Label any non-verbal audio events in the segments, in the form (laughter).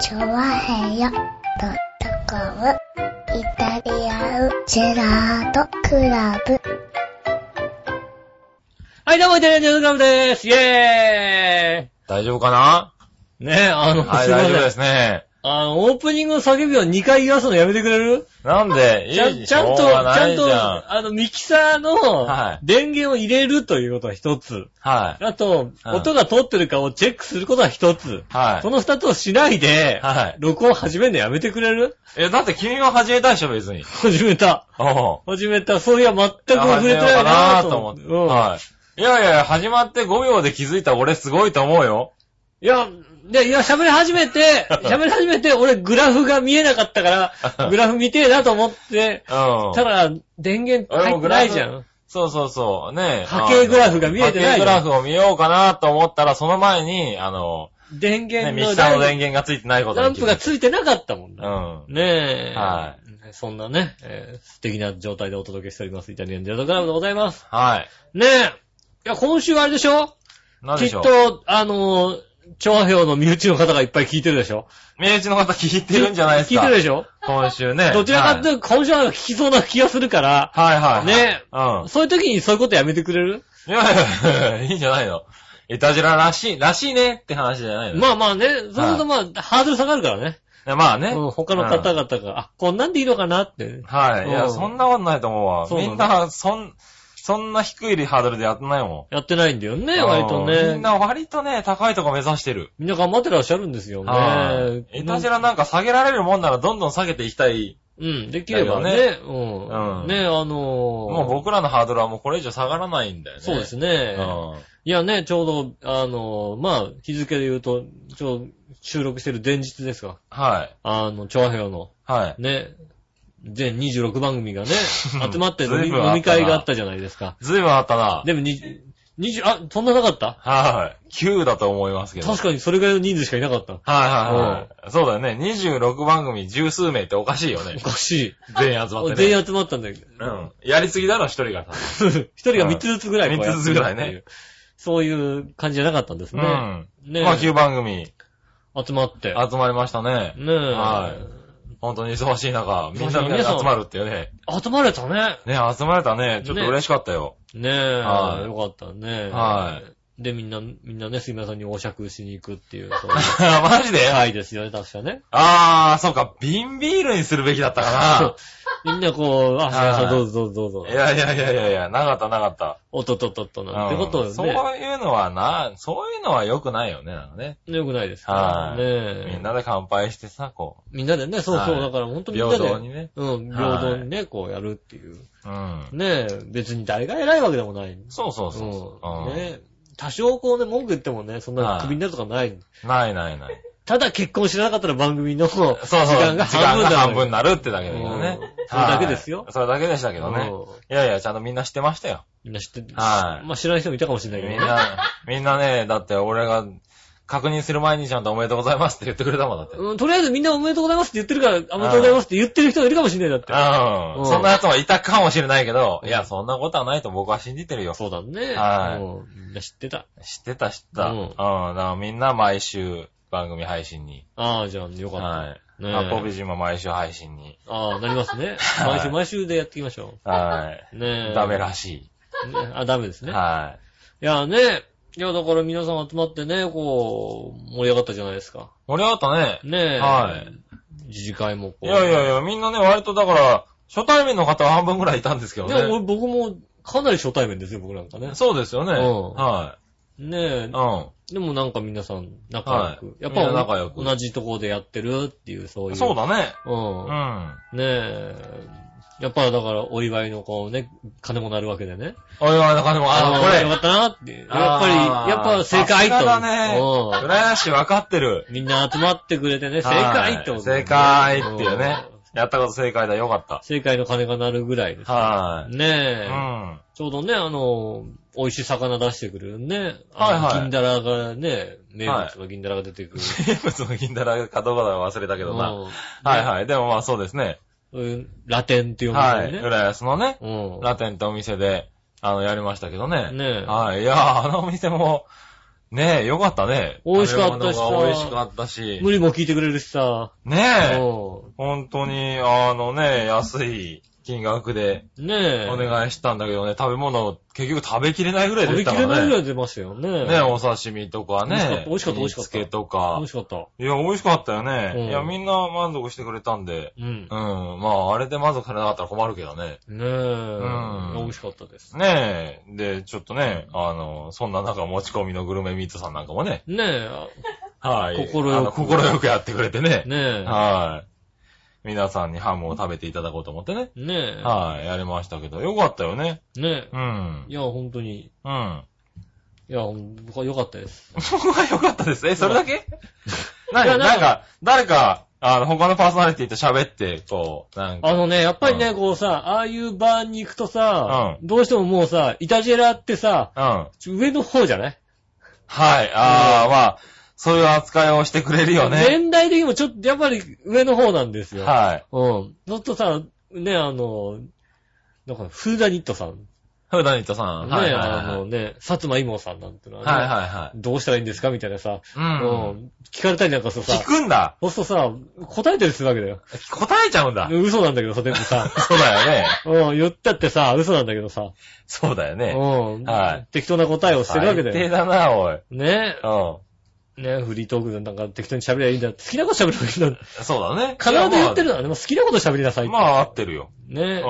チョワヘヨドットコムイタリアンジェラートクラブ。はい、どうも、イタリアンジェラートクラブです。イェー大丈夫かなイねえ、あの、はい、すいま大せ丈夫ん。ですね。あの、オープニングの叫びを2回言わすのやめてくれるなんで、いちゃんいちゃんと、しちょうがなゃいんじゃんと、あの、ミキサーのは電源を入れるということは一つ。はい。あと、うん音が通ってるかをチェックすることは一つ。はいこの二つをしないで、はい録音始めるのやめてくれるえ、だって君が始めたでしょ、別に。始めた。おう始めた。そういや、全くあ触始れめてよなういかななぁと思って。うんはい。いやいやいや、始まって5秒で気づいた俺すごいと思うよ。いや、で、いや、喋り始め (laughs) て、喋り始めて、俺グラフが見えなかった (laughs) から、グラフ見てえなと思って、うん。ただ、電源俺入もってグなラいフじゃん。そうそうそう、ね波形グラフが見えてないじ波形グゃんラフを見ようかなと思ったら、その前に、あの、電ね、源ミキのサーのラ電ン源がついてないことランに気プづがいついてなかったもんた。な。うん。ねえ。。はいそんなね、えー素敵な状態でお届けしております。イタリアンジェラートクラブでございます。はい。ねえ。いや、今週はあれでしょなんきでっしょう。と、あのー、調和票の身内の方がいっぱい聞いてるでしょ身内の方聞いてるんじゃないですか。聞いてるでしょ今週ね。どちらかとはいいうと、今週は聞きそうな気がするから、はいはい。ねうん。 (laughs) そういう時にそういうことやめてくれるいやいやいや、いいんじゃないの。いたじららしい、らしいねって話じゃないの。まあまあね、そうするとまあ、ハードル下がるからね。あ、まあね。うん他の方うん々が、あ、こんなんでいいのかなって。はい。いうや、んそんなことないと思うわ。そうなみのんな、そん、そんな低いハードルでやってないもやってないんだよね、ん。割とうんね。みんな割とね、高いとこ目指してる。みんな頑張ってらっしゃるんですよねは。い。いたじらなんか下げられるもんならどんどん下げていきたい。うん、できればね。だう。うんんね、あのーもう僕らのハードルはもうこれ以上下がらないんだよね。そうですねね。う。ん。いやね、ちょうど、あのー、まあ、日付で言うと、ちょうど収録してる前日ですか。はい。あの、調和平の、はい。ね、全26番組が (laughs) ね、集まって飲み随分あったな飲み会があったじゃないですか。ずいぶんあったな。でも、に、二十、あ、そんななかったはい。9だと思いますけど。確かにそれぐらいの人数しかいなかった。はいはいはい。そうだよね。26番組十数名っておかしいよお (laughs) ね。かし全員集まっい。てね。全員集まったんだけど。うん。やりすぎだろ、一人が。一人が三つずつぐらいこうやってるってう。三つずつぐらいねそういう感じじゃなかったんですうね。ん。ねまあ、9番組集まって。集まりましたね。ねえ。はい本当に忙しい中、みんなで集まるっていうね。集まれたね。ね、集まれたね。ちょっと嬉しかったよ。ねえ。はいよかったね。はで、みんな、みんなね、杉村さんにお酌しに行くっていう、そう (laughs) マジではいですよね、確かね。あー、そうか、瓶ビールにするべきだったかみんなこう、あ、杉村さんはいどうぞどうぞどうぞな。い。やいやいやいやいや、なかったなかった。おっとっとっとっとなんてうんことをそうね。いうのはな、そういうのは良くないよね、なんかね。よくないですかはねい。え。みんなで乾杯してさ、こみんなでね、そうそう、はいだから本当う、にみんな平等で、にね。うん、平等にね、こうやるっていう。うん。ねえ、別に誰が偉いわけでもない。そうそうそうそう。うんうねんえ多少こうね、文句言ってもね、そんなクビになるとかない。ないないない。ただ結婚知らなかったら番組の時そうそう。間が時間半分がだ半分になるってだけだけどねうん。それはいだけですよそれだけでしたけどね。うんいやいや、ちゃんとみんな知ってましたよ。みんな知ってる。はいまあ知らない人もいたかもしれなみいけんどね。な、みんなね、だって俺が確認する前にちゃんとおめでとうございますって言ってくれたもんだって。うん。うん、とりあえずみんなおめでとうございますって言ってるから、おめでとうございますって言ってる人がいるかもしれないだって。うんそんな奴もいたかもしれないけど、うんいや、そんなことはないと僕は信じてるよ。そうだね。はいうんみんな知ってた。知ってた、知ってた。ううんん。だからみんな毎週番組配信に。ああ、じゃあよかった。はい。ねえ八方美人も毎週配信に。ああ、なりますね。は毎い週毎週でやっていきましょはう。ねえ。い。ダメらしねあ、ダメですい。ね。はいやね、いやだから皆さん集まってね、こう、盛り上がったじゃないですか。い。盛り上がったね。ねえ。はい。自治会もこう。いやいやいや、みんなね、割とだから、初対面の方は半分ぐらいいたんですけどでもね。俺僕もかなり初対面ですよ、僕なんかね。そうですよね。うんはねい。うえ。でもなんか皆さん仲良く。はいやっみんぱな仲良く同じところでやってるっていう、そういう。ん。そう。だね。う。うんん。ねえ。やっぱだからお祝いのこうね、金もなるわけでね。おいおい、中でも、あーー、こよかれ。ったなって。やっぱり、やっぱ正解と。と。だね。う浦安市わかってる。ん。みんな集まってくれてね、正解ってことだよね、正解っていうねん。やったこと正解だ。よかった。正解の鐘が鳴るぐらいです。はい。ねうえ、ん。 (laughs) ちょうどね、あの、美味しい魚出してくるね。はいはいあの銀だらがね、名物の銀だらが出てくる。名物の銀だらかどうかは忘れたけどな。うんはいはい。でもまあそうですね。そういうラテンっていうおは店い。でね。浦安のね、うん。ラテンってお店で、あの、やりましたけどね。ねえはい。いやー、あのお店も、ねえ、よかったね。美味しかったしさ食べ物が美味しかったし。無理も聞いてくれるしさ。ねえ。う本当に、あのね、安い金額でんねえ。お願いしたんだけどね、食べ物を結局食べきれないぐらい食でべしたきかれないらぐらね。い出ましたよね。ねえ、お刺身とかね。美味しかった美味しかった煮付けと美か味。しかった。いや、美味しかったようんね。いや、みんな満足してくれたんで。うんう。ん。まあ、あれで満足されなかったら困るけどね。ねえ。うん美味しかったです。ねえ。で、ちょっとね、あの、そんな中持ち込みのグルメミートさんなんかもね。ねえはい。心よくあの心よくやってくれてね。。ねはい。皆さんにハムを食べていただこうと思ってね。え。ねはい。やりましたけど、よかったよね。え。ねうえ。んい。や、本当に。 (laughs) うん。いや、ほん僕は良かったです。そこが良かったです。え、それだ (laughs) けないやにななんかんか、誰か、あの、他のパーソナリティと喋って、こう、なんか。あのね、やっぱりね、うこうさ、ああいうバーに行くとさ、うどうしてももうさ、イタジェラってさ、うん。上の方じゃないはい。ああ、まあ、そういう扱いをしてくれるよね。年代的にもちょっとやっぱり上の方なんですよ。はい。うん。ちょっとさ、ね、あの、なんか、フーダニットさん。ね、フーダニットさん。はいはいあはい。のね、薩摩イモさんなんてのはね、はいはいはどうしたらいいんですかみたいなさ、い。う。うんん。聞かれたりなんかすると聞 (laughs) さ、くんだ。そうするとさ、答えたりするわけだよ。答えちゃうんだ。。嘘なんだけどさ、全部さ (laughs) そうだよね。うん、言ったってさ、嘘なんだけどさ。そうだよね。うん。はい適当な答えをしてるわけだ最低よ。だな、おい。ねうねフリートークでなんか適当に喋りゃいいんだ。好きなこと喋ればいいんだ。ん。そうだね。必ず言ってるいのはね、もう好きなこと喋りなさいやってまあまあ、合ってるよ。うねん。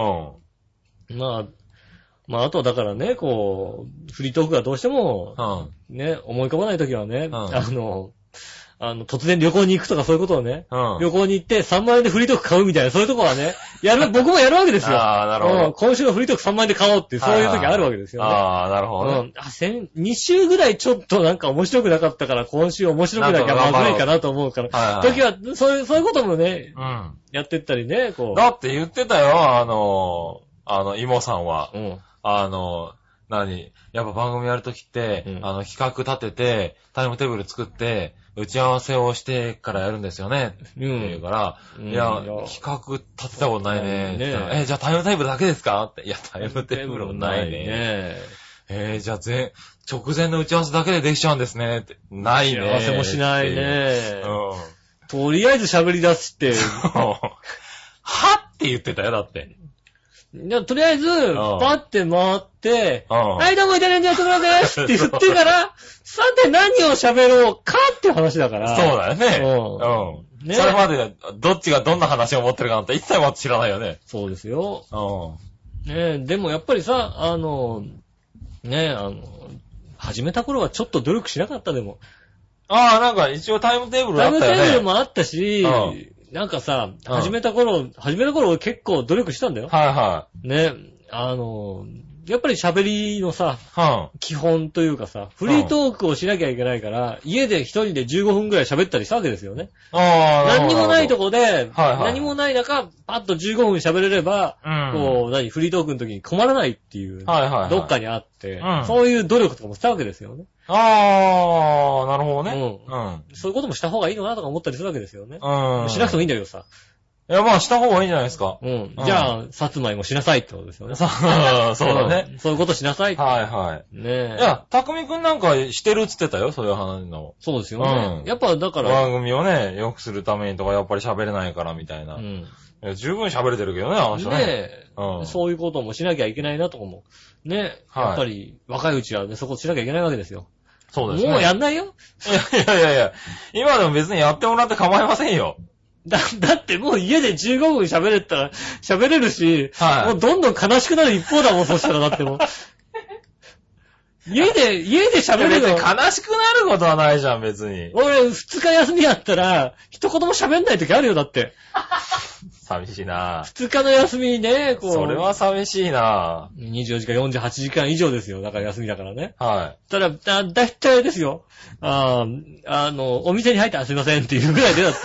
まあ、まあ、あとはだからね、こう、フリートークがどうしてもう、ん。ね、思い浮かばないときはね、んあの、あの、突然旅行に行くとかそういうことをね、うん。旅行に行って3万円でフリートーク買うみたいな、そういうとこはね、やる、僕もやるわけですよ。ああ、なるほうんど。今週のフリートーク3万円で買おうっていう、そういう時あるわけですよね。ああ、なるほどうね。ん。あ、先、2週ぐらいちょっとなんか面白くなかったから、今週面白くなきゃまずいかなと思うから、はいはい時は、そういう、そういうこともね、うやってったりね、こん。だって言ってたよ、あの、あの、イモさんはう。。うん。あの、何やっぱ番組やるときって、うんあの、企画立てて、タイムテーブル作って、打ち合わせをしてからやるんですよね。う。って言うんから、うんいやいや、企画立てたことないねね。って言ったらえ、じゃあタイムテーブルだけですかって。いや、タイムテーブルもないね。ね。えー、じゃあ前、直前の打ち合わせだけでできちゃうんですね。って。ないね。幸せもしないねっていう。うん。 (laughs) とりあえず喋り出して、はって言ってたよ、だって。いやとりあえず、パって回って、うん。はい、どうも、イタリアンジャートブラザーですって言って (laughs) から、さて何を喋ろうかって話だから。そうだよね。うんうん。ねそれまで、どっちがどんな話を持ってるかなんて一切も知らないよね。そうですよ。うん。ねえ、でもやっぱりさ、あの、ねえ、あの、始めた頃はちょっと努力しなかったでも。ああ、なんか一応タイムテーブルタあイっムたテよね。ーブルもあったしう、なんかさ、うん始めた頃、始めた頃俺結構努力したんだよ。はいはねえ、あの、やっぱり喋りのさ、い。基本というかさ、フリートークをしなきゃいけないから、家で一人で15分くらい喋ったりしたわけですよね。うん。ああ、何にもないとこ。こで、はいはい何もない中、パッと15分喋れれば、うんこう、何、フリートークの時に困らないっていう。はいはいはい。どっかにあって、うんそういう努力とかもしたわけですよね。ああ、なるほどね。ううん。そういうこともした方がいいのかなとか思ったりするわけですよね。うん。しなくてももいいんだけどさ。いや、まあ、した方がいいんじゃないで (laughs) すか。うん。うんじゃあ、さつまいもしなさいってことですよね。 (laughs) そう、そうだね。ん。そういうことしなさい。はいはい。ねえい。や、たくみくんなんかしてるっつってたよ、そういう話の。そうですよね。うんやっぱだから、番組をね、良くするためにとか、やっぱり喋れないからみたいな。ういん。や十分喋れてるけどね、あの人ね。ねうえ、んそういうこともしなきゃいけないなとかも。ねえ、はいやっぱり若いうちはね、そこしなきゃいけないわけですよ。そうもでうすね。やんないよ。 (laughs) いやいやいやいや、今でも別にやってもらって構いませんよ。だ、 (laughs) だってもう家で15分喋れたら、喋れるし、はいもうどんどん悲しくなる一方だもん、そしたらだってもう。家で、家で喋れ別るにの。悲しくなることはないじゃん、別に。俺、二日休みやったら、一言も喋んない時あるよ、だって。寂しいな二日の休みにね、こう。それは寂しいな24時間、48時間以上ですよ。だから休みだからね。はただ、だ、だいたいですよ。あーあの、お店に入ったらすいませんっていうぐらいでだ (laughs) って。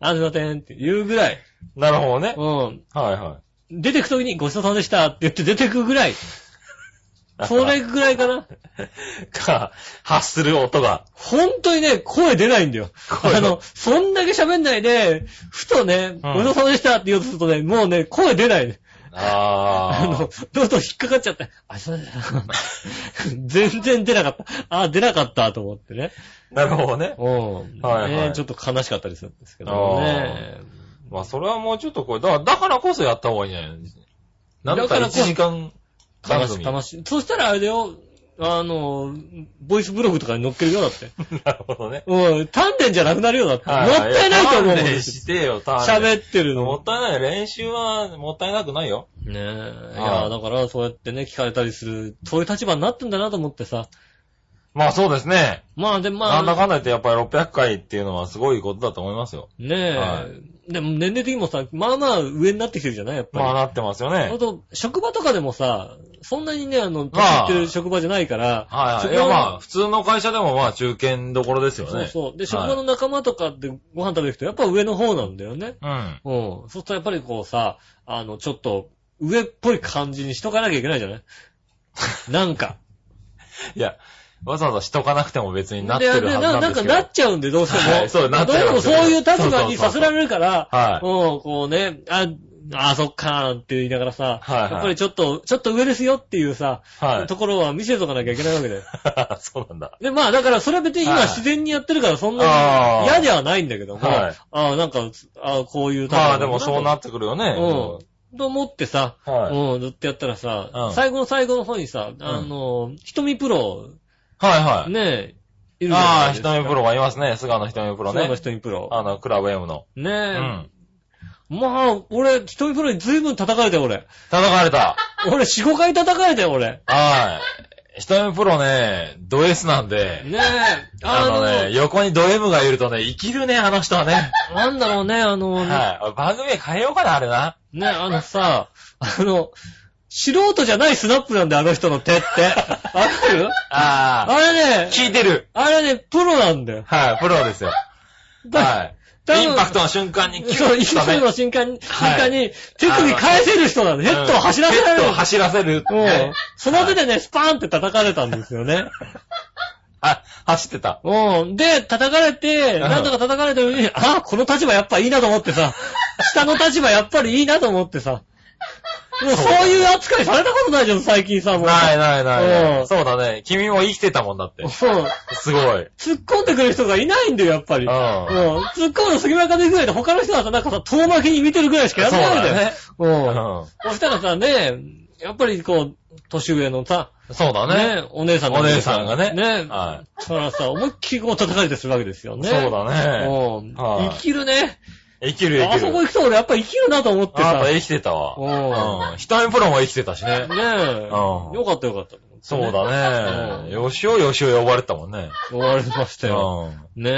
あ、すいませんっていうぐらい。い。なるほどね。うん。はいは出てくときにごちそうさまでしたって言って出てくぐらい。い。それぐらいかな。か、発する音 (laughs) が。本当にね、声出ないんだよ。声あの、そんだけ喋んないで、ふとね、ごちそうさまでしたって言おうとするとね、もうね、声出ない。ああの、どうと引っかかっちゃった。あ、そうだな。 (laughs) 全然出なかった。あ、出なかったと思ってね。あ。なるほどね。うん。はいはいねちょっと悲しかったりするんですけどもね。まあ、それはもうちょっとこれ、だから、だからこそやった方がいいんじゃないのなんだったら1時間番悲組しい、悲しい。そしたらあれだよ、あの、ボイスブログとかに載っけるよ、だって。 (laughs) なるほどね。うん、鍛錬じゃなくなるよ、だって。はもったいないと思うん鍛で錬すしてよ、鍛錬。喋ってるの。もったいない。練習はもったいなくないよ。ねえ。いはや、いだから、そうやってね、聞かれたりする、そういう立場になってんだなと思ってさ。まあそうですね。まあ、で、まなんだかあ、んだ言ってやっぱり600回っていうのはすごいことだと思いますよ。ねえ、はでも、年齢的にもさ、まあまあ上になってきてるじゃないやっぱり。まあなってますよあね。と、職場とかでもさ、そんなにね、あの、年まあいってる職場じゃないから、はいはい。い職場やのまあ、普通の会社でもまあ中堅どころですよね。そうそう。で、はい職場の仲間とかってご飯食べる人、やっぱ上の方なんだよね。うん。うん。そうするとやっぱりこうさ、あの、ちょっと、上っぽい感じにしとかなきゃいけないじゃない (laughs) なんか。いや、わざわざしとかなくても別になってでるはずでななんんかですけど。なっちゃうんで、どうしても。はいそうなっちゃいどうまもすそようねいう立場にさせられるから、はいうん、こうね、あ、あ、そっかーって言いながらさ、はいはいやっぱりちょっと、ちょっと上ですよっていうさ、はいところは見せとかなきゃいけないわけだよ。 (laughs) そうなんだ。で、まあだからそれは別に今はい自然にやってるからそんなにあー嫌ではないんだけども、はいああ、なんか、ああ、こういう立場まあんだでもそうなとってくるよね。うん。と思ってさ、はいうん、ずっとやったらさ、うん最後の最後の方にさ、あの、瞳プロ、はいはい。ねえ、いるじゃあなあ、いですひかとみプロがいますね。菅野ひとみプロそういねうの。瞳プロ。あの、クラブ M の。ねうえ。ん。まあ、俺、瞳プロに随分叩かれたよ、俺。叩かれた。俺、4、5回叩かれたよ、俺。はい。ひとみプロね、ド S なんで、ねえ。あ (laughs) あののね、横にド M がいるとね、生きるね、あの人はね。なんだろうね、あの、はい。番組変えようかな、あれな。ね、あのさ、あの、素人じゃないスナップなんだよ、あの人の手って。 (laughs) わかるああ、あれね、聞いてる。あれね、プロなんだよ。はい、プロですよ。は多分い。インパクトの瞬間にキュそう、ッ (laughs) 一と瞬ね。の瞬間に、瞬はい間に、手首返せる人なんだよ。ヘッドを走らせられるヘッドを。走らせる。うんねその手でね、スパーンって叩かれたんですよね。あ、走ってた。うん。で、叩かれて、んなんとか叩かれたのに、あ、この立場やっぱいいなと思ってさ、下の立場やっぱりいいなと思ってさ、もうそうだねそういう扱いされたことないじゃん、最近さ、もう。ないないなうい。んそうだね。君も生きてたもんだって。そう。すごい。突っ込んでくる人がいないんだよ、やっぱり。ううん。ん。突っ込むの杉村和之ぐらいで、他の人はさ、なんかさ、遠巻きに見てるぐらいしかやらないんだよ。う。うんん。そしたらさ、ね、やっぱりこう、年上のさ、そうだね。ね、お姉さんのお姉さんがねね、はそらさ、思いっきりこう叩かれてするわけですよい。ね。そうだね。うん。はい生きるね。生きる生きる。あそこ行くと俺やっぱ生きるなと思ってあやっさ。ぱね生きてたわ。ううん。一目プロも生きてたしえ。ね。うんよかったよかった。そうだうね。んよしおよしお呼ばれたもんね。終わりましうたんよ。。ね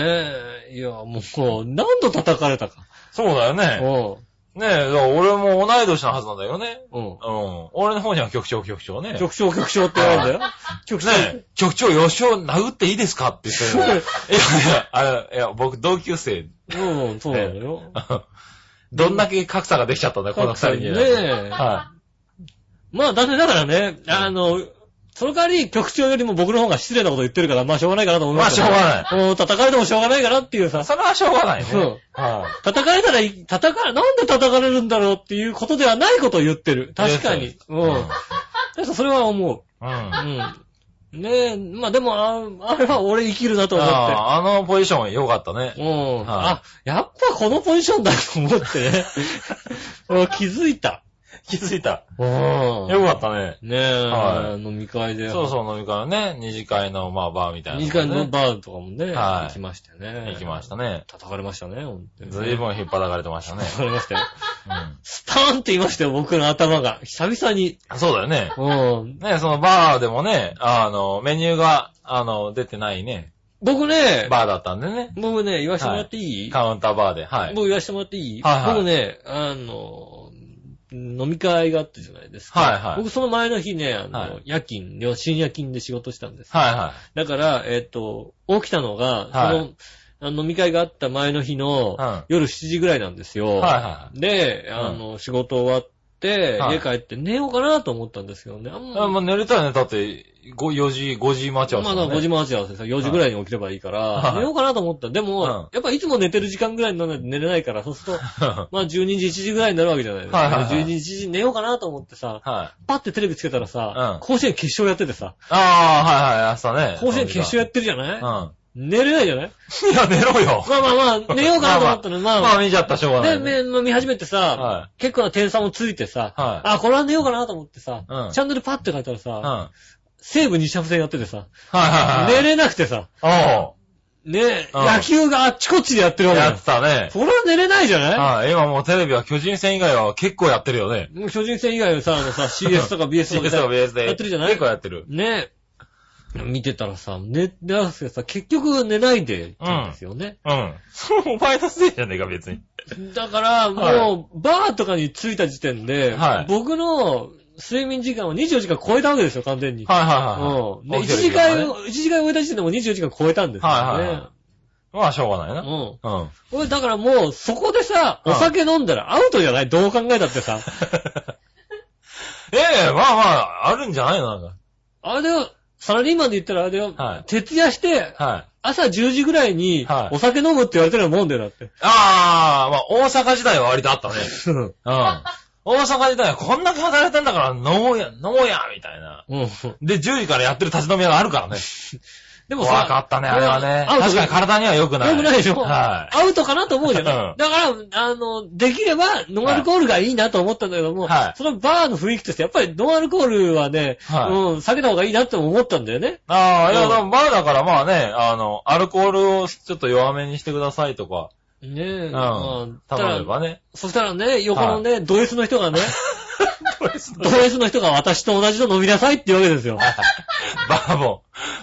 え。いや、もうこう、何度叩かれたか。そうだようね。ん。ねえ、だから俺も同い年なはずなんだよね。うん。うん。俺の方には局長局長ね。局長局長って言われるんだよ。局長。ねえ、局長よしお殴っていいですかって言ってるの。そういやいや、あれ、いや、僕同級生。 (laughs) うん、そうなんだよ。どんだけ格差ができちゃったんだよ、この二人ねに。え。はまあ、だってだからね、あの、その代わり局長よりも僕の方が失礼なこと言ってるから、まあしょうがないかなと思い。いままあ、すしょうがい。ない。うん、叩かれてもしょうがないかなっていうさ。それはしょうがないね。うんはい。叩かれたらいい、叩か、なんで叩かれるんだろうっていうことではないことを言ってる。確かでにす。うん。なんかそれは思うん。うんう。うん。ねえ、まあでも、ああれは俺生きるなと思っあーあのポジション良かったねて。。うん。はいあ、やっぱこのポジションだと思って (laughs) ね。うん気づいた。気づいた。うん。良かったね。ねえ、は飲み会で。そうそう、飲み会のね、二次会の、まあ、バーみたいな、二時間のバーとかもね、はい行きましたよね。行きましたね。叩かれましたね、ほんとにねずいぶん引っ張られてましたね。叩かれましたよ。うスパーンって言いましたよ、僕の頭が。久々に。ん。そうだよね。うん。ね、そのバーでもね、あの、メニューが、あの、出てないね、僕ね、バーだったんでね。僕ね、言わせてもらっていい、カウンターバーで、はい。僕言わせてもらっていい、はいはい僕ね、あの、飲み会があったじゃないですか。はいはい僕その前の日ね、あの、はい夜勤、よ深夜勤で仕事したんです。はいはだから、えっ、と、起きたのが、はいそのあの、飲み会があった前の日の、うん夜7時ぐらいなんですよ。い。はいはで、あの、仕事終わっって、はい家帰って寝ようかなと思ったんですけどね。あんま、あまあ、寝れたらね、だって、ご4時、5時待ち合わませ、ね。だ5時待ち合わせさ、4時ぐらいに起きればいいから、はい寝ようかなと思った。でも、うんやっぱいつも寝てる時間ぐらいにならないと寝れないから、そうする (laughs) と、 (laughs) はまあ12時、1時ぐらいになるわけじゃないですか。はいはいは12い時、1時に寝ようかなと思ってさい。、あパッてテレビつけたらさ、うん甲子園決勝やっててさ、あ、はいはい、朝ね。甲子園決勝やってるじゃない、寝れないじゃないうん。いや、寝ろよ。まあまあまあ、寝ようかなと思ったの。まあ、まあ、見ちゃったらしょうがなで、い、ね。目まあ見始めてさ、は結構な点差もついてさ、はいあ、これは寝ようかなと思ってさ、うんチャンネルパッて書いたらうん。さ、はい西武西ハム戦やっててさ、はいはい。寝れなくてさ、おねえ、うん野球があっちこっちでやってるうわけだやよって。たね。これは寝れないじゃないはい、今もうテレビは巨人戦以外は結構やってるよね。もう巨人戦以外のさ、あの (laughs) さ、CS とか BS と CS かとかさ BS で。やってるじゃない結構やってる。ねえ、見てたらさ、寝、寝なくてさ、結局寝ないでたんですよね。 (laughs) うん。それお前のせいじゃねえか、別に。だから、もう、バーとかに着いた時点で、はい僕の睡眠時間は24時間超えたわけですよ、完全に。はいはいうはい。ん。で、1起きてる時時間1時間間ね、終えた時点でもう24時間超えたんですよね。はいはいはまあ、しょうがないな。うん。うん。これだからもう、そこでさ、うんお酒飲んだらアウトじゃないどう考えたってさ。 (laughs) ええ、まあまあ、あるんじゃないのなんあれだよ、サラリーマンで言ったらあれだよはい、徹夜して、か。はい。朝10時ぐらいには、いお酒飲むって言われてるようなもんだよ、だって。ああ、まあ、大阪時代は割とあったね。うん。うん。大阪時代はこんだけ働いたんだから、飲もうや、飲もうや、みたいな。で、10時からやってる立ち飲み屋があるからね。でも怖かさ、ったね、あれはね。あ確かに体には良くない。よくないでしょはい。アウトかなと思うじゃうなんいだから、あの、できれば、ノンアルコールがいいなと思ったんだけどもはい、そのバーの雰囲気として、やっぱりノンアルコールはね、はいうん、避けた方がいいなって思ったんだよね。ああ、いや、うんまあまあだからまあね、あの、アルコールをちょっと弱めにしてくださいとか、ねえ。うん。まあた頼めだばね。 (laughs) そしたらね、横のね、ド S の人がね、ド S の人が私と同じの飲みなさいって言うわけですよ。バーボ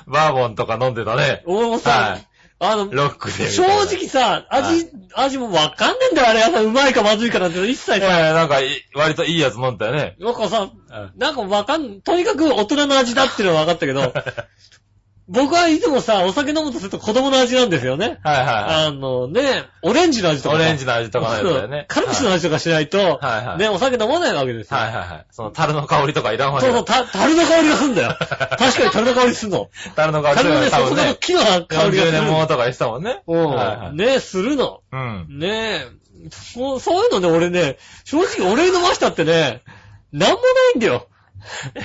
ン、バーボンとか飲んでたね。俺もはさい、あの、ロックで。正直さ、味、味もわかんねえんだよ、あれ。やっぱうまいかまずいかなんて一切ええさ、なんかいい、割といいやつ飲んだよね。なんかさ、うんなんかわかん、とにかく大人の味だっていうのはわかったけど、僕はいつもさ、お酒飲むとすると子供の味なんですよね。はいはあのね、オレンジの味い。とかオさ。レンジの味とかのやつだよそうね。カルピスの味とかしないとはいは、いね、お酒飲まないわけですよ。はいはいはいはい。その樽の香りとかいらんわけそうだそう、た、樽の香りがすん (laughs) だよ。確かに樽の香りすんの。樽の香りと樽のかね、多そこ分のね、木の香40りがする年ものとかしたもんね。はいはういん。ね、するの。うん。ねえ。そう、そういうのね、俺ね、正直俺飲ましたってね、なんもないんだよ。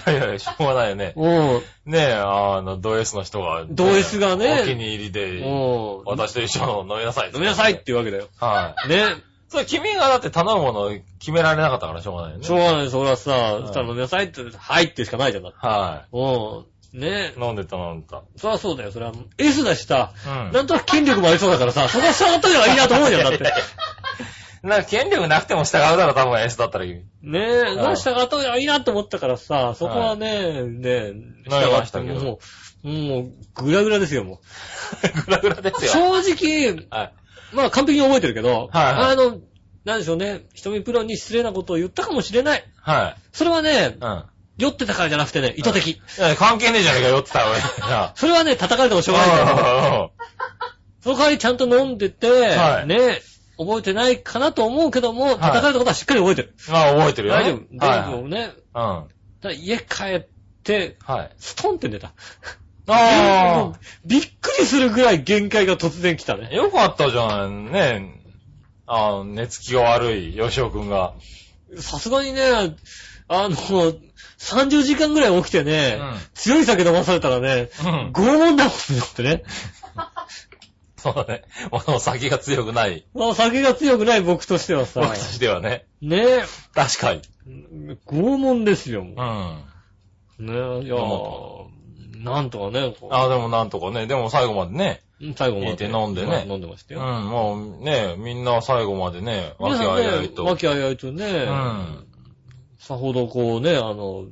いやいやいや、しょうがないよね。うん。ねえ、あの、ド S の人が、ド S がねお気に入りで、うん。私と一緒の飲みなさいって飲みなさいって言うわけだよ。はね。い。それ君がだって頼むもの決められなかったからしょうがないよね。しょうがない、そらさ、んそしたら飲みなさいって、はいってしかないじゃない。はうん。ねえい。。飲んでた飲んでた。そらそうだよ、それは。S だしさ、うんなんとなく筋力もありそうだからさ、そこは従ったらいいなと思うじゃん、だって。 (laughs) なんか権力なくても従うだろ、多分 S だったら君。 (laughs) ねえ、んどうしたかといいなと思ったからさ、そこはね、ねえ、慣れましたけどもう、もう、ぐらぐらですよ、もグラグラでう。すよ。正直、はい。まあ完璧に覚えてるけど、はいはいあの、なんでしょうね、瞳プロに失礼なことを言ったかもしれない。はい。それはね、うん。酔ってたからじゃなくてね、意図的。いや関係ねえじゃねえかよって言った (laughs) らそれはね、叩かれてもしょうがないんだよ。俺。その代わりちゃんと飲んでて、はいねえ、覚えてないかなと思うけども、叩かれたことはしっかり覚えてる。まあ覚えてるよね。大丈夫。大丈夫ね。はい。だから家帰って、うん。はい。ストンって寝た。あびっくりするぐらい限界が突然来たあ、ね。よかったじゃん。ねえ。ああ、寝つきが悪い、吉尾くんが。さすがにね、あの、30時間ぐらい起きてね、うん強い酒飲まされたらね、うん拷問だもんねだってね。そうだね。もう先が強くない。まあ酒が強くない僕としてはさ僕、としてはね。ね、確かに。拷問ですよ。うん。あね、いやどなんとかね、こうあ、でもなんとかね。でも最後までね。最後まで。入れて飲んでね飲んでましたうん、よ。もうね、みんな最後までね、わ皆けさんあいあねい、和と。気あいあいとね、んさほどこうね、あの、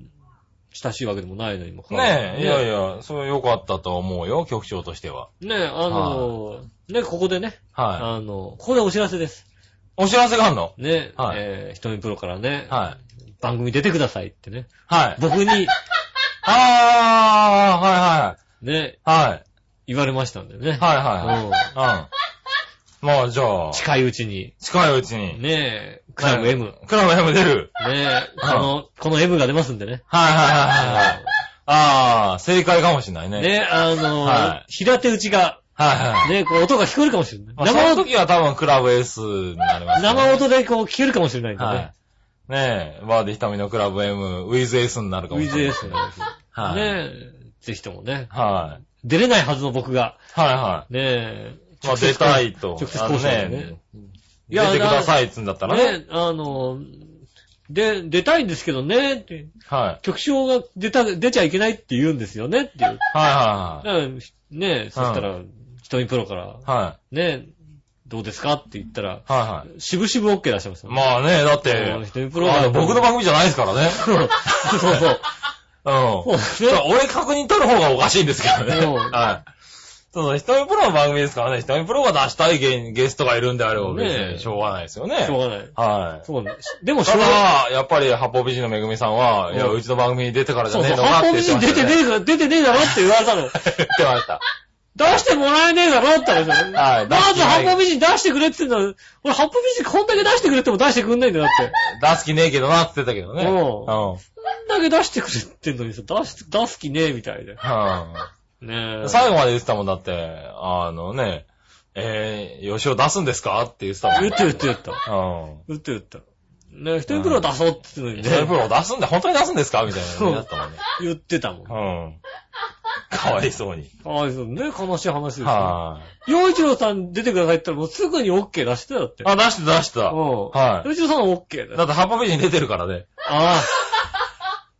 親しいわけでもないのにもかかわらずねえ、いやいや、それは良かったと思うよ、局長としては。ねえ、あの、ね、ここでね、はい。あの、ここでお知らせです。お知らせがあるのね、はいえー、瞳プロからね、はい。番組出てくださいってね、はい。僕に、ああ、はいはい。ね、はい。言われましたんでね。はいはいはい。うん。まあ、じゃあ、近いうちに。近いうちに。ねえ、クラブ M。ねクラブ M 出る。え、あの、この M が出ますんでね。はいはいはいはい。ああ、正解かもしれないね。ねえ、あの、は平手打ちが、はいはい。ねえ、こう音が聞こえるかもしれない。まあ、そ生の音、時は多分クラブ S になります、ね。生音でこう聞けるかもしれないんではね。い。ねえ、バーディひたみのクラブ M、ウィズ S になるかウもしィズれない。エースになるしはい。ねえ、ぜひともね。はい。出れないはずの僕が、はいはねえ、い。まあ、出たいと。直接あ交の渉だよね。。い出やてくださいっつんだったらね。ね、あの、で、出たいんですけどね、って、はい。局長が出た、出ちゃいけないって言うんですよね、っていう。はいはうんねそしたら、瞳プロから、いはい。はい。ねどうですかって言ったら、はいはい。しぶしぶ OK 出してました。まあね、だっうんて、瞳プロあが。の僕の番組じゃないですからね。そうそうそう。うん。そうね俺確認取る方がおかしいんですけどね。うんはい。そうそう、瞳プロの番組ですからね、瞳プロが出したいゲゲストがいるんであれば別ねえにしょうがないですよね。しょうがない。はい。そうね。でも、しょたうがない。だ、やっぱり、八方美人のめぐみさんは、うんいや、うちの番組に出てからじそゃうそねえう。のか八って方言美って人ま出してたよね。ねえだ、出てねえだろって言われたの。出てました。出してもらえねえだろって話だね。はいまず八方美人出してくれって言うんだ。俺、八方美人こんだけ出してくれっても出してくんないんだよ、だって。出す気ねえけどなって言ってたけどね。うんうん。こんだけ出してくれってんのにさ、出し、出す気ねえ、みたいで。ねうえ。ん。最後まで言ってたもんだって、あのね、えー、吉尾出すんですかって言ってたもん。言って言って言った。うん。言って言った。ねえ、一人プロ出そうって言うのにジェイプね、ロ出すんだ、本当に出すんですかみたいな感じだったもんね。言ってたもん。うん。かわいそうに。かわいそうね、悲しい話ですよ。は洋一郎さん出てくださいって言ったらもうすぐに OK 出してたよって。い。あ、出してた出してた。うん。は洋一郎さんは OK だい。だよ。って、ハッパビジに出てるからね。ああ。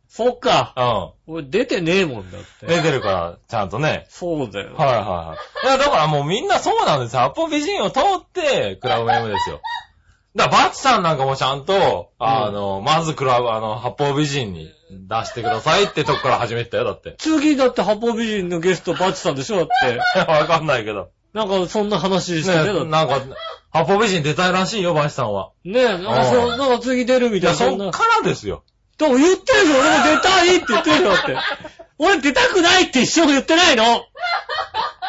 そっか。う俺出てねえもんだっん。て。出てるから、ちゃんとね。そうだよ。はいはいはい。いや、だからもうみんなそうなんですよ。ハッパビジンを通って、クラブ M ですよ。だから、バチさんなんかもちゃんと、あの、まずクラブ、あの、八方美人に出してくださいってとこから始めてたよ、だって。 (laughs) 次だって八方美人のゲストバチさんでしょだって。わかんないけど。なんかそんな話ねしてね。だってなんか、八方美人出たいらしいよ、バチさんは。ねえ、なんかそう、うなんんか次出るみいたいや、な。そんなっからですよ。でも言ってるよ、俺も出たいって言ってるよ (laughs) って。俺出たくないって一生も言ってないの。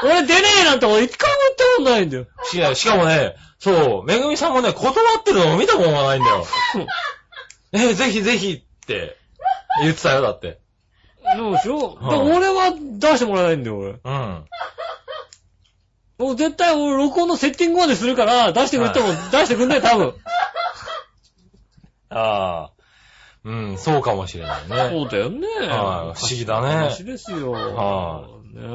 俺出ねえなんて俺一回も言ったことないんだよ。ししかもね、そう、めぐみさんもね、断ってるのを見たことがないんだよ。えぜひぜひって言ってたよ、だって。そうでしょ、うんでも俺は出してもらえないんだよ、俺。うん。もう絶対俺録音のセッティングまでするから、出してくれても出してくんない、多分。ああ。うん、そうかもしれないね。そうだよね。はい不思議だね話ですよ。はねえ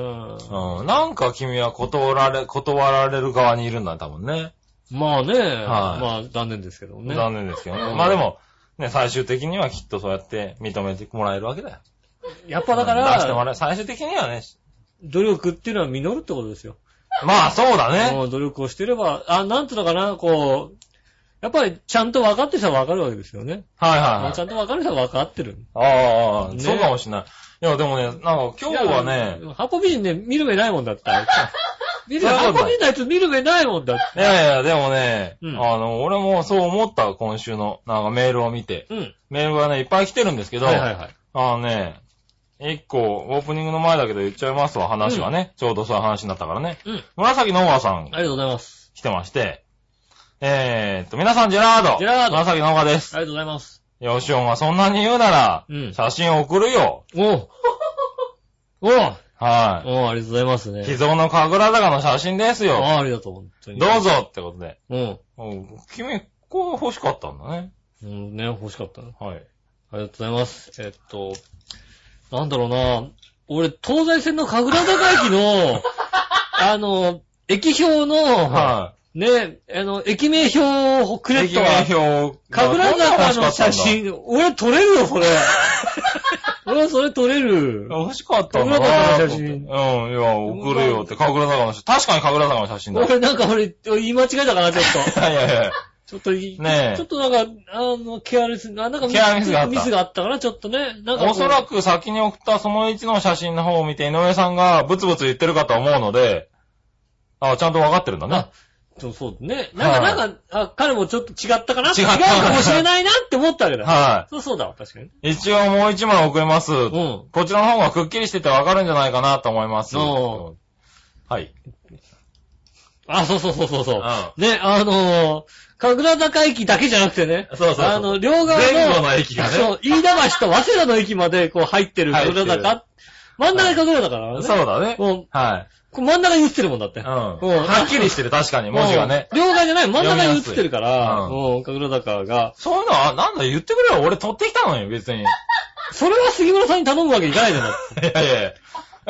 うん、なんか君は断られ、断られる側にいるんだ、多分ね。まあね、はいまあ残念ですけどね。残念ですけどね。うんまあでも、ね、最終的にはきっとそうやって認めてもらえるわけだよ。やっぱだか出してもら、らえ、最終的にはね、努力っていうのは実るってことですよ。まあそうだね。もう努力をしてれば、あ、なんとだかな、こう、やっぱりちゃんと分かってる人は分かるわけですよね。はいはいまはあいち。ゃんと分かる人は分かってる。ああ、ねそうかもしれない。いや、でもね、なんか今日はねい、や、ハポ美人ね、見る目ないもん (laughs) だった。見る目、そうそハうだポ美人のやつ見る目ないもんだって。いやいや、でもね、うんあの、俺もそう思った、今週の、なんかメールを見て。うん。メールがね、いっぱい来てるんですけど、はいはいはい。あのね、一個、オープニングの前だけど言っちゃいますわ、話がね。ちょうどそういう話になったからね。うん。紫のおばさんありがとうございます。来てまして、えーっと、皆さん、ジェラード。ジェラード紫のおばです。ありがとうございます。よしおんがそんなに言うなら、うん写真送るよ。おう。おう。はおう、ありがとうございますい。ね。秘蔵の神楽坂の写真ですあよ。あ、ありがとう、本当に。どうぞってことで。うん。うん君、こう欲しかったんだね。うん、ね、欲しかったな。はい。ありがとうございます。えっと、なんだろうな。俺、東西線の神楽坂駅 (laughs) の、あの、駅表の、はい。ね、あの、駅名表をくれ駅と名は、表。神楽坂の写。真、俺撮れるよ、 (laughs) それ。俺、それ撮れる。欲しかったんだな神楽坂の写う真ん、いや、送るよって、神楽坂の写真。確かに神楽坂の写真だ。い (laughs) 俺、なんか俺、俺言い間違えたかな、ちょっ (laughs) と。やいやいや。ちょっとい、ねえちょっとなんか、あの、ケアレス、あなんかケアレスがあったミスがあったから、ちょっとね、なんかこう、おそらく先に送ったその1の写真の方を見て、井上さんがブツブツ言ってるかと思うので、あ、ちゃんと分かってるんだねあ。そうそうね。なんはか、いなんか、あ、彼もちょっと違ったかな違ったうかもしれないなって思ったわけだ。はそうそうだわ、確かに。い。一応もう1枚送ります。うん。こちらの方がくっきりしてて分かるんじゃないかなと思います。おはい。あ、そうそうそうそうそうう。んね、あのー、神楽坂駅だけじゃなくてね。そうそうそうあの、両側の、前後の駅がねそう、飯田橋と早稲田の駅までこう入ってる神楽入って坂。真ん中が神楽だからね。そうだね。もう、はい。こう真ん中に映ってるもんだって。うん。うんはっきりしてる、確かに、文字がね。もう両側じゃない、真ん中に映ってるから、読みやすいもう、神楽坂が。そういうのは、なんだ、言ってくれよ。俺取ってきたのよ、別に。いそれは杉村さんに頼むわけいかないじゃない。やいやいや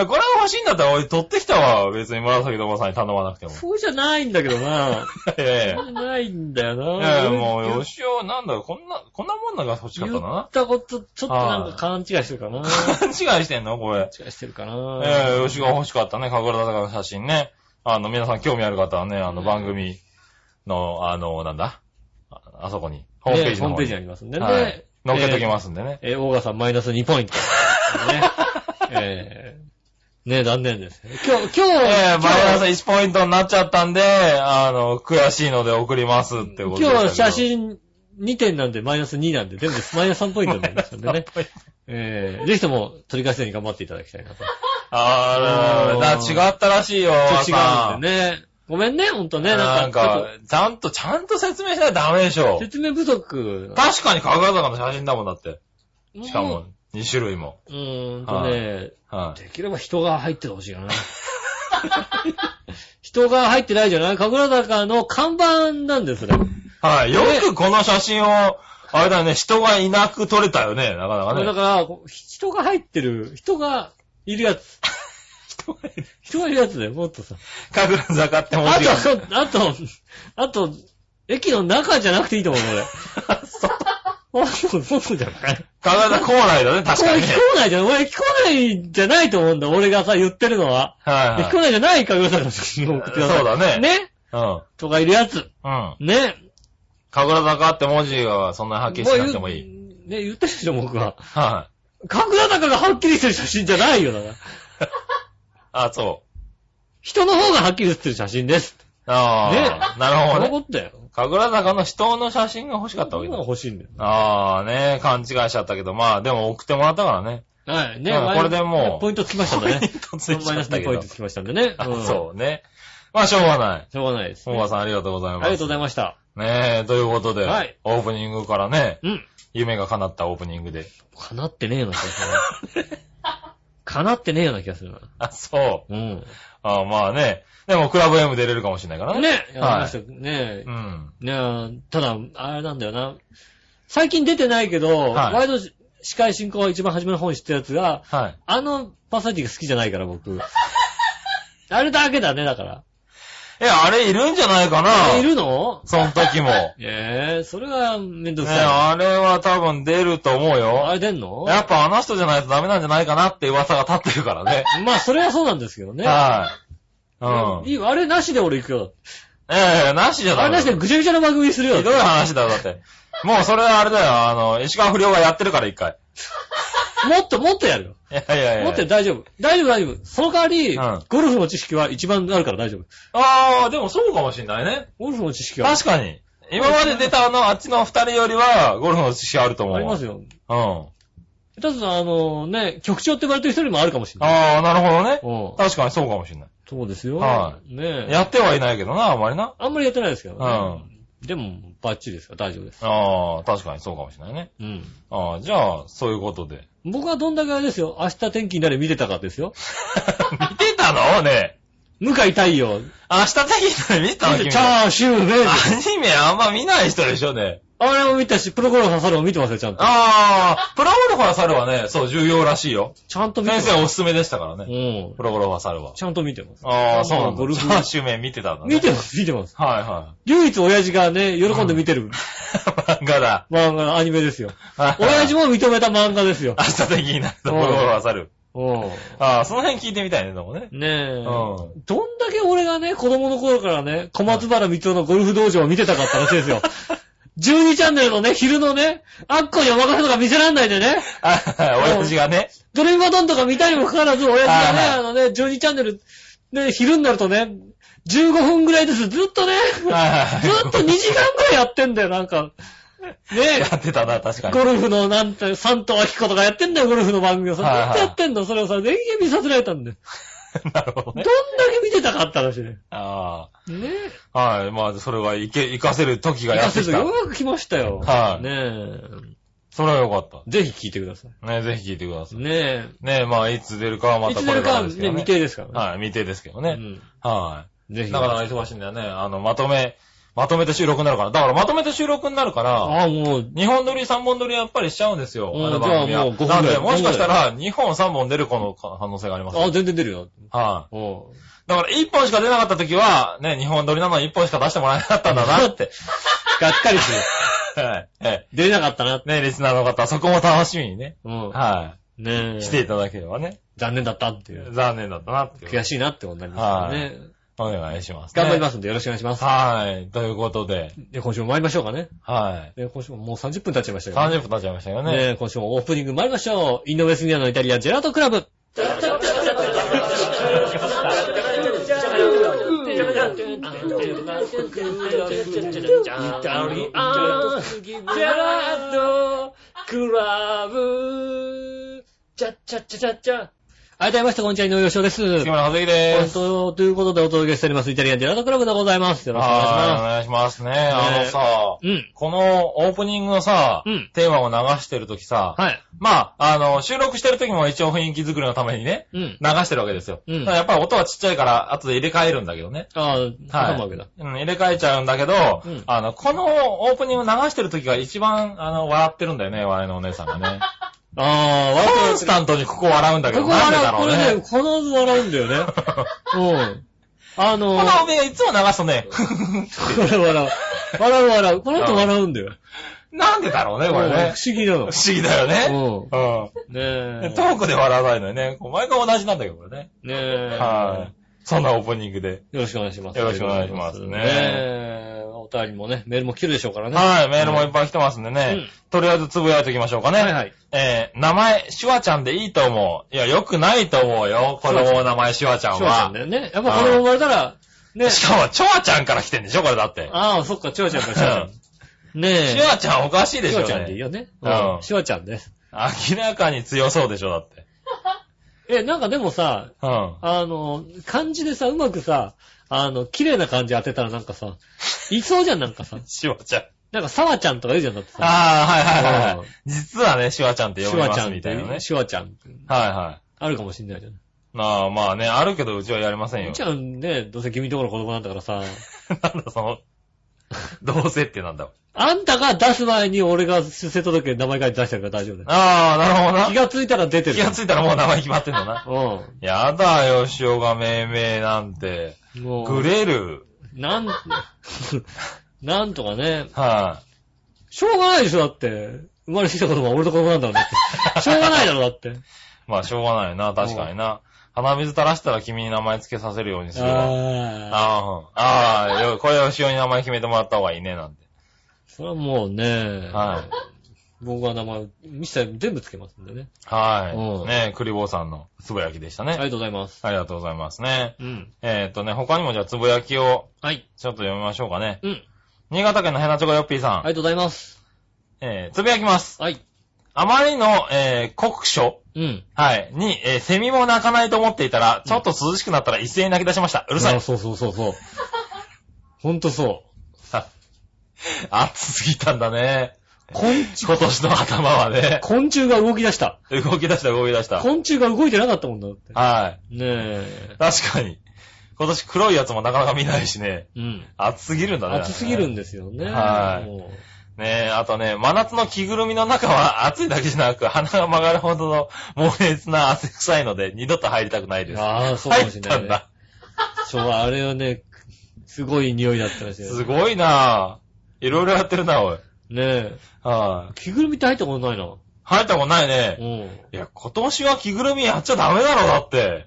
これが欲しいんだったら、俺取ってきたわ。別に紫友さんに頼まなくても。そうじゃないんだけどな。いやいやいそうじゃないんだよや。いな。やいや、もう、よしお、なんだ、こんな、こんなもんなんが欲しかった言んだっな。たこと、ちょっとなんか勘違いしてるかな。勘違いしてんのこれ。勘違いしてるかな。ええ、よしが欲しかったね、かぐら坂の写真ね。あの、皆さん興味ある方はね、あの、番組の、あの、なんだああそこに、ホームページねホームの方ペーにジにありますんでね。はい。乗っけときす。ますんでね。えー、オーガさんマイナス2ポイント。 (laughs) ね。えー、ね残念です。今日、今日、ええ、今マイナス日1ポイントになっちゃったんで、あの、悔しいので送りますってことで。今日写。真2点なんでマイナス2なんで、全部マイナス3ポイントになりましたんでね。えー、ぜひとも取り返せに頑張っていただきたいなと。ちあうーんだから違ったらしいよ。ょっと違うんでね。ごめんね、ほんとね。ななんんか、ちょか、ちゃんと、ちゃんと説明しないとダメでしっとょ。説明不足。確かにかぐら坂の写真だもんだって。しかも、2種類も。うーんとね、はい。できれば人が入っててほしいよな。人が入ってないじゃない神楽坂の看板なんですね。はい。よくこの写真を、あれだね、人がいなく撮れたよね、なかなかこれだね。から、こう人が入ってる、人がいるやつ。人がいる。やつだよ、もっとさ。神楽坂って文あ字とが。そう、あと、あと、駅の中じゃなくていいと思う、 (laughs) 俺。あ、そう、そうじゃない (laughs) 神楽坂校内だね、確こかれに駅ね構。内じゃない俺、駅構内じゃないと思うんだ、俺がさ、言ってるのは。はい駅はい。構内じゃない神楽坂の写真を送ってください。そうだねねうん。とかいるやつ。うん。ね。神楽坂って文字がそんなにはっきりしなくてもいい。もう言うね、言ったでしょ、僕は。はい。神楽坂がはっきりしてる写真じゃないよ、だから。あ、そう。人の方がはっきり写ってる写真です。ああ。なるそほのどね。ことだよ。神楽坂の人の写真が欲しかったわけ今だ。欲しいんだよ。ああ、ね勘違いしちゃったけど、まあ、でも送ってもらったからね。はい。ね、うマんイナスこれでもうポイントつきましたんでね。(laughs) ポイントついちマイゃナっスた2けどポイントつきましたんでね。あうん (laughs) そうね。まあ、しょうがない。しょうがないですね、本あ和さんありがとうございます。りがとうございました。ねえ、ということで、はいオープニングからね、うん。夢が叶ったオープニングで。 (laughs) 叶ってねえような気がするな。叶ってねえような気がするな。あ、そう。うん。あまあね。でも、クラブ M 出れるかもしれないからね。ねやりました。ねうん。ねえ、ただ、あれなんだよな。最近出てないけど、はいワイド司会進行は一番初めの方に知ったやつが、はい。あのパーソナリティが好きじゃないから、 (laughs) 僕。あれだけだね、だから。え、あれいるんじゃないかな。いるのその (laughs) 時も。ねええそれはめんどくさあれは多分出ると思うい。あよ。れ出んのやっぱあの人じゃないとダメなんじゃないかなって噂が立ってるからね。まあ、それはそうなんですけどね。はい。うん。いいわあれなしで俺行くよ。ええ、なしじゃあダれメなしだでよ。ぐちゃぐちゃの番組にするよ。ひどい話だよ、だって。もうそれはあれだよ、あの、石川不良がやってるから一回。もっともっとやるよ。いやいやいや。もっと大丈夫。大丈夫大丈夫。その代わり、うんゴルフの知識は一番あるから大丈夫。ああ、でもそうかもしんないね。ゴルフの知識は確かに。今まで出たあの、あっちの二人よりは、ゴルフの知識あると思う。ありますよ。うん。あ下手するとあのね、局長って言われてる人にもあるかもしれない。あ、なるほどね。うん。確かにそうかもしんない。そうですよ。はねえ。やってはいないけどな、あんまりな。あんまりやってないですけどね。うんでも、バッチリですから大丈夫です。ああ、確かにそうかもしんないね。うん。ああ、じゃあ、そういうことで。 (laughs) 僕はどんだけあれですよ。明日天気になれ見てたかですよ。見てたのね。向井太陽。明日的に見てチたャの君アーシューメイズ。ニメあんま見ない人でしょね。あれも見たし、プロゴルファーサルも見てますよ、ちゃんと。ああ、プロゴルファー猿はね、そう、重要らしいよ。ちゃんと見てま先す。生おすすめでしたからうね。ん。プロゴルファー猿は。ちゃんと見てます。ああ、そうなんだ。ゴルフチャーシュー麺見てたんだね。見てます、見てます。はいはい。唯一親父がね、喜んで見てる漫画だ。漫画、アニメですよ。親父も。も認めた漫画ですよ。明日的になると心がわさる。うん。ああ、その辺聞いてみたいね、でもね。ねえ。うどんだけ俺がね、子供の頃からね、小松原光夫のゴルフ道場を見てたかったらしいです (laughs) よ。12チャンネルのね、昼のね、アッコにお任せとか見せらんないでね、あ親父がね。ドレミファドンとか見たにもかかわらず、親父がね、はいはいあのね、12チャンネル、ね、昼になるとね、15分ぐらいです。ずっとね、ずはいはいはいっと2時間ぐらいやってんだよ、なんか。ねやってたな、確かに。ゴルフのなんて、サントアキコとかやってんだよ、ゴルフの番組をさ。はいはいずっとやってんの、それをさ、全然見させられたんだよ。なるほどどんだね。け見てたかったらしいね。あねあ。はい。まあ、それがいけ、活かせる時え。がやってきたよ。うやく来ましたよ。はいねそれはよかっえ。ぜひ聞いてくださた。ね、ぜひ聞いてくだい。さい。ねね、まあ、いつ出るかはえ。まいたつこ出れるからかでね、すけどね。未定ですからはい、未定ですけどね。ね。はうん。ぜい。ひ。なかなか忙しいんだよね。あの、まとめ、まとめて収録になるから。だから、まとめて収録になるから、ああ、もう、 2本撮り、3本撮りやっぱりしちゃうんですよ。うんあの番組は。じゃあもう5な本のぐらいで、もしかしたら、2本、3本出る子の可能性があります。あ全然出るよ。はおうい。だから、1本しか出なかった時は、ね、2本撮りなのに1本しか出してもらえなかったんだな (laughs) って。がっかりする。はい。え出れなかったな。えね、リスナーの方、そこも楽しみにね。うん。はねえ。い。していただければね。残念だったっていう。残念だったなっていう。悔しいなってことになりますからね。お願いします、。頑張りますすんでよろしくお願いします。はい。ということで、で、今週も参りましょうかね。はで、今週ももう30分経っちゃいましたい。けどね。 30分経っちゃいましたよね。ねえ今週もオープニング参りましょう。インドウェスニアのイタリアジェラートクラブ。あいたいました、こんにちは、井上洋翔です。杉村和樹で本す。当、ということでお届けしております、イタリアンジェラートクラブでございます。よろしくお願いしはいおま願いしますね。あのさ、す。うん。このオープニングのさうん、テーマを流してるときさ、はい。まあ、あの、収録してるときも一応雰囲気作りのためにね、うん。流してるわけですよ。うんただやっぱり音はちっちゃいから、後で入れ替えるんだけどね。ああ、頼むわけだ。うん、入れ替えちゃうんだけど、うんあの、このオープニング流してる時が一番、あの、笑ってるんだよね、笑いのお姉さん (laughs) がね。ああ、笑コンスタントにここ笑うんだけこど、こなんでだ笑う、ころうれね、ね。必ず笑うんだよ (laughs) ね。うん。あのこー、のおめがいつも流すと (laughs) ね、笑う、笑う。笑う、笑う。この人笑うんだよ。なんでだろうね、これうんね不。思議なの不。思議だよね。う。うんねえん。ト。ークで笑わないのよね。こう毎回同じなんだけどね。ねえ。はい。そんなオープニングで。よろしくお願いします。よろしくお願いしますねねえ。お便りもね、メールも来るでしょうからね。はい、メールもいっぱい来てますんでね。うんとりあえずつぶやいておきましょうかね。はいはい。えー、名前、シュワちゃんでいいと思う。いや、良くないと思うよ。子供の名前、シュワちゃん翔ちゃんはだ。よね。やっぱこれ生まれたら、ね。しかも、チョワちゃんから来てんでしょこれだって。ああ、そっか、ちょうちゃんか、ちょうちゃん。ねえ。チョワちゃんおかしいでししわょねちゃんでいいよね。うんうん。しわちゃんです。明らかに強そうでしょだって。え、なんかでもさ、うん。あの、漢字でさ、うまくさ、あの、綺麗な漢字当てたらなんかさ、いそうじゃん、なんかさ。シュワちゃん。なんか、さわちゃんとか言うじゃん、だってさ。ああ、はいはいはいはうい。実はね、シュワちゃんってし呼びわまちゃすんっみたていなね。しわちゃん。はいはあるかもしんないじゃん。い。なあ、まあね、あるけどうちはやりませんうよち。はね、どうせ君のところ子供なんだからさ、 (laughs) なんだその、どうせってなんだ。あんたが出す前に俺が出世届け名前書いて出してるから大丈夫だよ。ああ、なるほ気どな。がついたら出てる。気がついたらもう名前決まってんだな。うやだよ、塩が命名なんて。ん。もう、グレる。なん、 (laughs) なんとかね、はしょうがないでしょ、だって。生まれてきたことは俺の子供なんだろうだって。しょうがないだろ、だ (laughs) って。い。まあ、しょうがないな、確かにな。鼻水垂らしたら君に名前付けさせるようにするわ。ああ。ああ、ああ、よこれをしおに名前決めてもらった方がいいね、なんて。それはもうね、 (laughs) はい。僕は名前、ミスター全部つけますんでね。はうい。んねえ、クリボーさんのつぶやきでしたありね。がとうございます。ありがとうございますね。うん。えーっとね、他にもじゃあつぶやきをはい。ちょっと読みましょうかね。うん。新潟県のヘナチョコヨッピーさあん。りがとうございます。えー、つぶやきます。はい。あまりの、えー、酷暑うん。はい。に、えーセミも鳴かないと思っていたら、ちょっと涼しくなったら一斉に泣き出しました。ううるさい。そうそうそうそう。ほんとそ (laughs) 暑すぎたんだね。う。昆虫、今年の頭はね。昆虫が動き出した。動き出した、動き出した。昆虫が動いてなかったもんだって。はい。ね確かに。今年黒いやつもなかなか見ないしね。え。うん。暑すぎるんだね。暑すぎるんですよね。はいもねえ、あとね、真夏の着ぐるみの中は暑いだけじゃなく、鼻が曲がるほどの猛烈な汗臭いので、二度と入りたくないでうす。ああ、そうか入もっしれなたい、んね。だ。そう、あれはね、すごい匂いだったらしいよ。すごいなぁ。いろいろやってるな、おい。ねえ。はい。着ぐるみって入ったことないな。入ったことないうね。ん。いや、今年は着ぐるみやっちゃダメだろ、だって。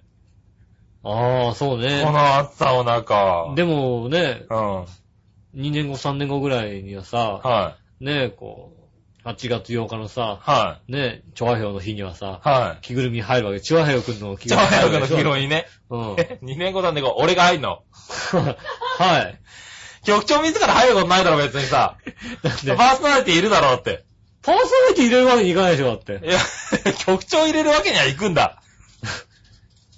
ああ、そうねこ。の暑さの中。でもね、うん。 2年後、3年後ぐらいにはさ、はい。ねえ、こう、8月8日のさ、はい。ねえ、調和表の日にはさ、は着ぐるみ入るわけ。チワヘヨくんのい。着ちぐょ、るみ早入るくのわけで着しょ。ぐるみね。うん。 (laughs) 2年後なんで、俺が入んの。はい。局長自ら入ることないだろ、別にさ。だってパ、ーソナリティいるだろうって。パーソ (laughs) ナリティ入れるわけにいかないでしょ、だって。いや、局長入れるわけにはいくんだ。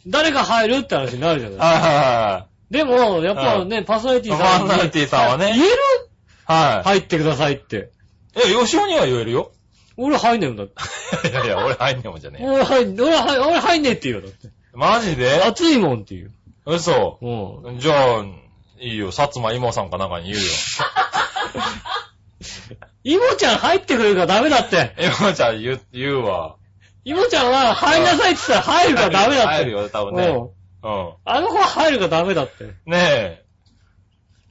誰が入るって話になるじゃない。はいはでも、やっぱね、パーソナリティいはい。さんパーにソナリティさんは言えね。るは入ってくださいって。い。え、吉尾には言えるよ。 (laughs) 俺入んねえもんだって。いやいや、俺入んねえもんじゃね俺入ん、俺入俺入んねえって言うよ、だって。え。マジで熱いもんっていう。嘘。うん。じゃあ、いいよ。薩摩妹さんかなんかに言う (laughs) よ。イモちゃん入ってくれるからダメだって。妹ちゃん言う、言うわ。イモちゃんは入りなさいって言ったら入るからダメだって。入るよ、多分ね。うん。うん。あの子は入るからダメだって。ねえ。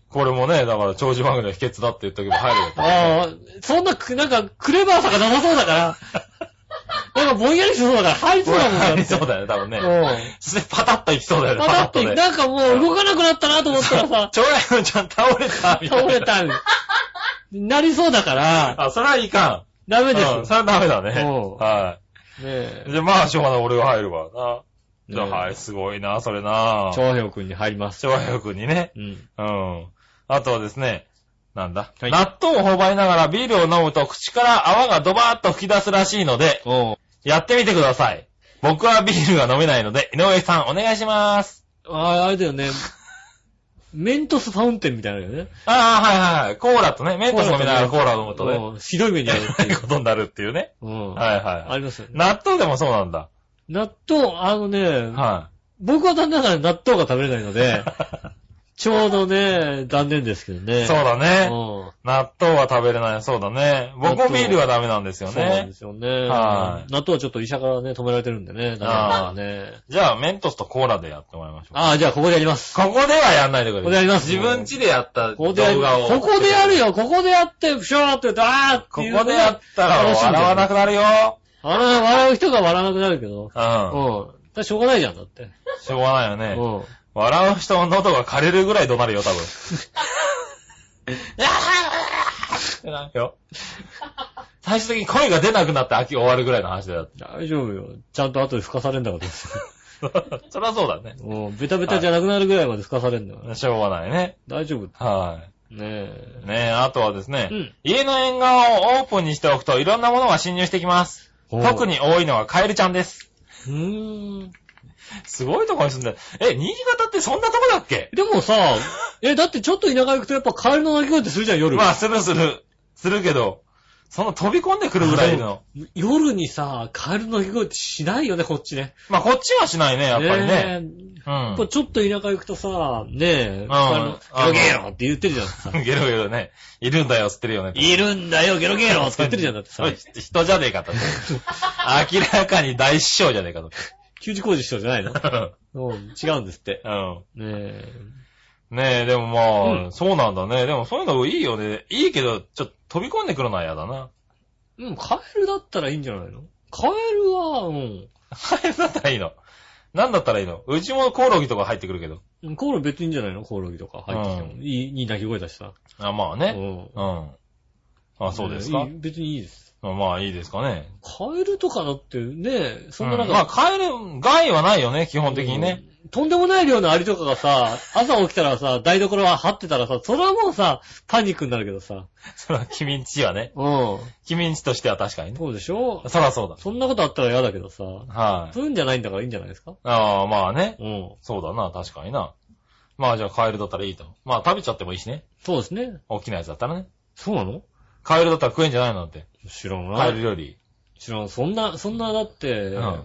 これもね、だから、長寿番組の秘訣だって言っとけば入るよ。ああ、そんなく、なんか、クレバーさがなさそうだ (laughs) から。なんかぼんやりしそうだから入りそうだもんだっ入て。りそうだよね、多分ね。うそしてパタッと行きそうだよん。ね、パパタタっッとて、ね。なんかもう動かなくなったなと思ったらさ、長寿ちゃん倒れた、みた (laughs) い倒な。れ。たん。なりそうだから、あ、それはいかダメん。です。うん、それはダメだね。うんはねえい。。じゃあ、まあ、しょうがない、俺が入るわな。じゃあ、ねはい、すごいな、それな。長平くんに入ります。長寿君にね。うん。うん。あとはですね、なんだ、はい納豆を頬張りながらビールを飲むと口から泡がドバーッと吹き出すらしいので、おうやってみてください。僕はビールが飲めないので、井上さんお願いします。ああれだよね。メントスファウンテンみたいなのよね。ああ、はいはい。コーラとね、メントス飲みながらコーラを飲むとね、うん白い目にやあるるっってていいうう。ことになるっていうね。うん。 (laughs) はいあはい。りますよね。納豆でもそうなんだ。納豆、あのね、は僕は残念ながら納豆が食べれないの (laughs) で、ちょうどね、残念ですけどい。ね。そうだね。うん納豆は食べれない。そうだね。僕もビールはダメなんですよそうなんねで。すよね。は納豆はちょっと医者からね、止められてるんでね。ダメですね。じゃあ、メントスとコーラでやってもらいましょう。ああ、じゃあここでやります。ここではやんないでくこださい。こでやります (laughs) 自分家でやったここ動でやる画を。ここでやるよ。ここでやって、プシャーって言って、あーっこていう。こでやったら楽しんで笑るわなくなるよ。あの、笑う人が笑わなくなるけど。うん。うん。だしょうがないじゃん、だって。しょうがないようね。ん。笑う人の喉が枯れるぐらい怒鳴るよ、(laughs) 多分。ってなるよ。最終的に声が出なくなって秋終わるぐらいの話だよ。 (laughs) 大丈夫よ。ちゃんと後で吹かされんだから。そりゃそうだね。もう、ベタベタじゃなくなるぐらいまで吹かされんだから。しょうがないね。大丈夫。はねい。ねえ、あとはですね、うん家の縁側をオープンにしておくといろんなものが侵入してきます。え。特。に多いのがカエルちゃんです。うーん。すごいとこに住んでる。え、新潟ってそんなとこだっけで (laughs) もさ、え、だってちょっと田舎行くとやっぱカエルの鳴き声ってするじゃん、夜。まあ、するする。するけど、その飛び込んでくるぐらいの。夜にさ、カエルの鳴き声ってしないよね、こっちね。まあ、こっちはしないね、やっぱりね。えうやんっぱ。ちょっと田舎行くとさ、ねえ、カエルのあのゲロゲロって言ってるじゃん。さゲロゲロね。いるんだよ、吸ってるよね。いるんだよ、ゲロゲロって言ってるじ (laughs) ゃん、だってそされ。人じゃねえかと。明らかに大師匠じゃねえかと。給仕工事しようじゃないのうん、違うんですって。うねえ。ん。ねえ、でもまあ、うんそうなんだね。でもそういうのいいよね。いいけど、ちょっと飛び込んでくるのは嫌だな。 (laughs) うん、カエルだったらいいんじゃないのカエルは、うんカエルだったらいいの。なんだったらいいのうちもコオロギとか入ってくるけど。うん。コオロギ別にいいんじゃないのコオロギとか入ってきても。ういい、いい鳴き声だしさ。あ、まあうね。ん。うん。あ、そうですいかい。別にいいです。まあいいですかね。カエルとかだってね、そんなうなんまあか、カエル、害はないよね、基本的にね。うんとんでもない量のアリとかがさ、朝起きたらさ、台所は張ってたらさ、それはもうさ、パニックになるけどさ。それは君んちはね。うん。君んちとしては確かにね。そうでしょそらそうだ。そんなことあったら嫌だけどさ。はい。そういうんじゃないんだからいいんじゃないですかああ、まあね。うん。そうだな、確かにな。まあじゃあカエルだったらいいと。まあ食べちゃってもいいしね。そうですね。大きなやつだったらね。そうなのカエルだったら食えんじゃないのだって。知らカなエルい。料理。知らん。そんな、そんなだって、うん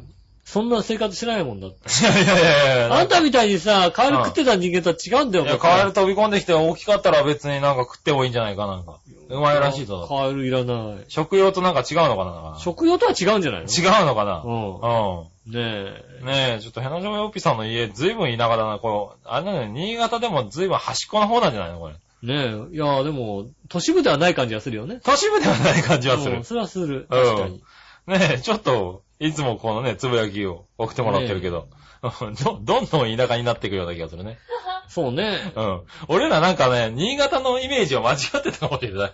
そんな生活しないもんだって。いやいやいやいや。あんたみたいにさ、カエル食ってた人間とは違うんだよ、いや、僕はカエル飛び込んできて大きかったら別になんか食ってもいいんじゃないかなんか。うまいらしいと。カエルいらない。食用となんか違うのかななんか食用とは違うんじゃないの違うのかなううん。ん。ねえ。ねえ、ちょっとヘナジョメオピさんの家、ずいぶん田舎だな、これ。あれだね、新潟でもずいぶん端っこの方なんじゃないのこれ。ねえ。いや、でも、都市部ではない感じがするよね。都市部ではない感じはすうるん。それはする。うん確かに。ねえ、ちょっと、いつもこのね、つぶやきを送ってもらってるけど、 (laughs) ど、どんどん田舎になっていくような気がするね。そうね。うん。俺らなんかね、新潟のイメージを間違ってたかもしれない。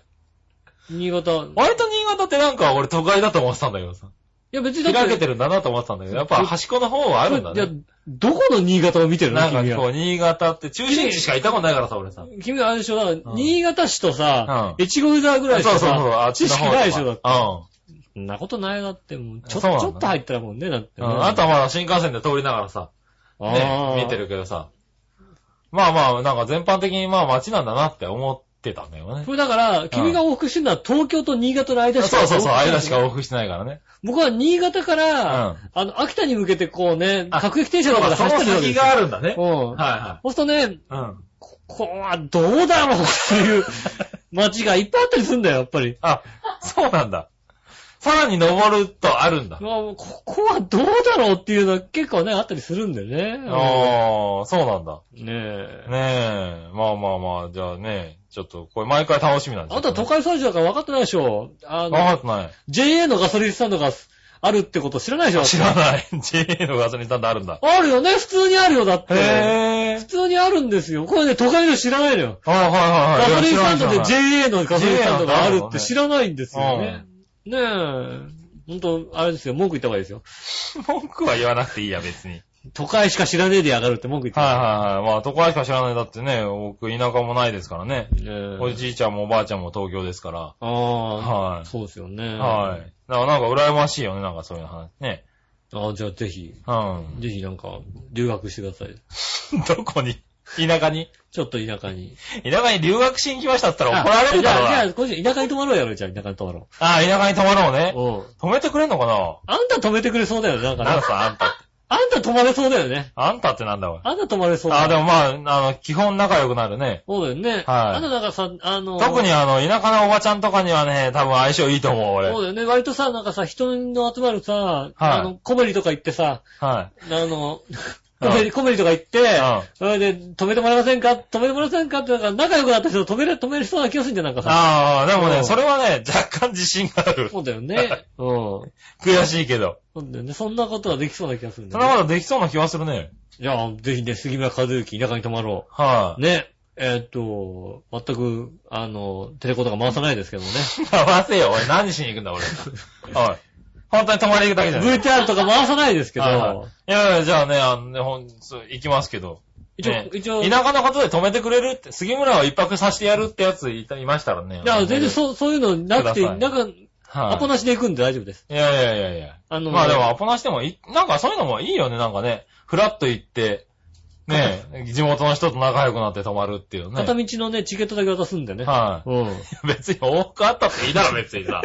新潟。い割と新潟ってなんか俺都会だと思ってたんだけどさ。や、別にだって。開けてるんだなと思ってたんだけど、やっぱ端っこの方はあるんだいやね。、どこの新潟を見てるのなん君かこは。う、新潟って中心地しかいたことないからさ、俺さ。君はあれでしょ、だからうん新潟市とさ、越後湯沢ぐそらういしそうかそう、さ、あっち知の方識ないでしょだってうん。そんなことないよだって、もう、ちょ、そうなのちょっと入ったらもんね、だってうね。んあとはまだ新幹線で通りながらさ、あーね、見てるけどさ。まあまあ、なんか全般的にまあ街なんだなって思ってたんだよね。これだから、君が往復してるのは東京と新潟の間しか。そうそうそう、間しか。往復してないからね。僕は新潟から、うんあの、秋田に向けてこうね、あ各駅停車のそう方か、でその走ってるわけ先ですよ。があるんだね。うん。はそうするとね、いはい。うん。ここはどうだろうって (laughs) いう街がいっぱいあったりするんだよ、やっぱり。あ、そうなんだ。さらに登るとあるんだ。まあもうここはどうだろうっていうのは結構ね、あったりするんだよね。ああ、そうなんだ。ねえ。ねえ、まあまあまあ、じゃあね、ちょっと、これ毎回楽しみなんですあんた都か会掃除だから分かってないでしょあわかの、ってない。 JA のガソリンスタンドがあるってこと知らないでしょ知らない。JA のガソリンスタンドあるんだ。あるよね普通にあるよ、だって。へ普通にあるんですよ。これね、都会の人知らないのよ。あはいガはいはい。ソリンスタンドいでや知らない JA 知らないのガソリンスタンドがあるなるほっどてね知らないんですよね。ねえ。ほんと、あれですよ、文句言った方がいいですよ。 (laughs) 文句は言わなくていいや、別に。都会しか知らねえでやがるって文句言ってはいた。はいはい。まあ、都会しか知らない。だってね、僕、田舎もないですからね。ねえおじいちゃんもおばあちゃんも東京ですから。あはあ、そうですよね。い。はい。だからなんか羨ましいよね、なんかそういう話ね。ああ、じゃあぜひ、 (laughs) うん。ぜひなんか、留学してください。どこに田舎にちょっと田舎に。田舎に留学しに来ましたって言ったら怒られるだろうあじゃあ、じゃな。あ、今週田舎に泊まろうやろ、じゃあ、田舎に泊まろああ、田舎に泊まろうねう。。うん。止めてくれんのかなあんた泊めてくれそうだよね、なんかなんねか。さ、あんたって。あんた泊まれそうだよね。あんたってなんだおい。あんた泊まれそうだあ、よでね。もまあ、あの、基本仲良くなるね。そうだよね。はいあんたなんかさ、あの、特にあの、田舎のおばちゃんとかにはね、多分相性いいと思う、俺。そうはい。だよね。割とさ、なんかさ、人の集まるさ、あの、コメリとか行ってさ、ああの、うんコメリ、コメリとか行ってん、それで、止めてもらえませんか止めてもらえませんかって、なんか仲良くなった人、止めれ、止めれそうな気がするんじゃん、なんかさ。あ、でもうね、んそれはね、若干自信がある。そうだよ (laughs) ね。うん。悔しいけど。そうだよね。そんなことはできそうな気がするんだよそんなね。ことできそうな気はするね。じゃあ、ぜひね、杉村和之、田舎に泊まろう。はい。ね、えーっと、全く、あの、テレコとか回さないですけ (laughs) どもね。回せよ、俺。何しに行くん (laughs) だ、俺。はい。本当に泊まりに行くだけじゃない。 VTR とか回さないですけはいはいど、いやいや、じゃあね、あのね、ほん、そう行きますけど。一応ね、一応、田舎のことで止めてくれるって、杉村を一泊させてやるってやついたいましたらね。いや、全然そう、そういうのなくて、くださないんか、はいアポなしで行くんで大丈夫です。いやいやいやいや。あの、まあでも、アポなしでもいい、なんかそういうのもいいよね、なんかね。フラッと行って、ねえ、地元の人と仲良くなって泊まるっていうね。片道のね、チケットだけ渡すんでね。はうん。 (laughs) い。 (laughs) 別に往復あったっていいだろ、別にさ。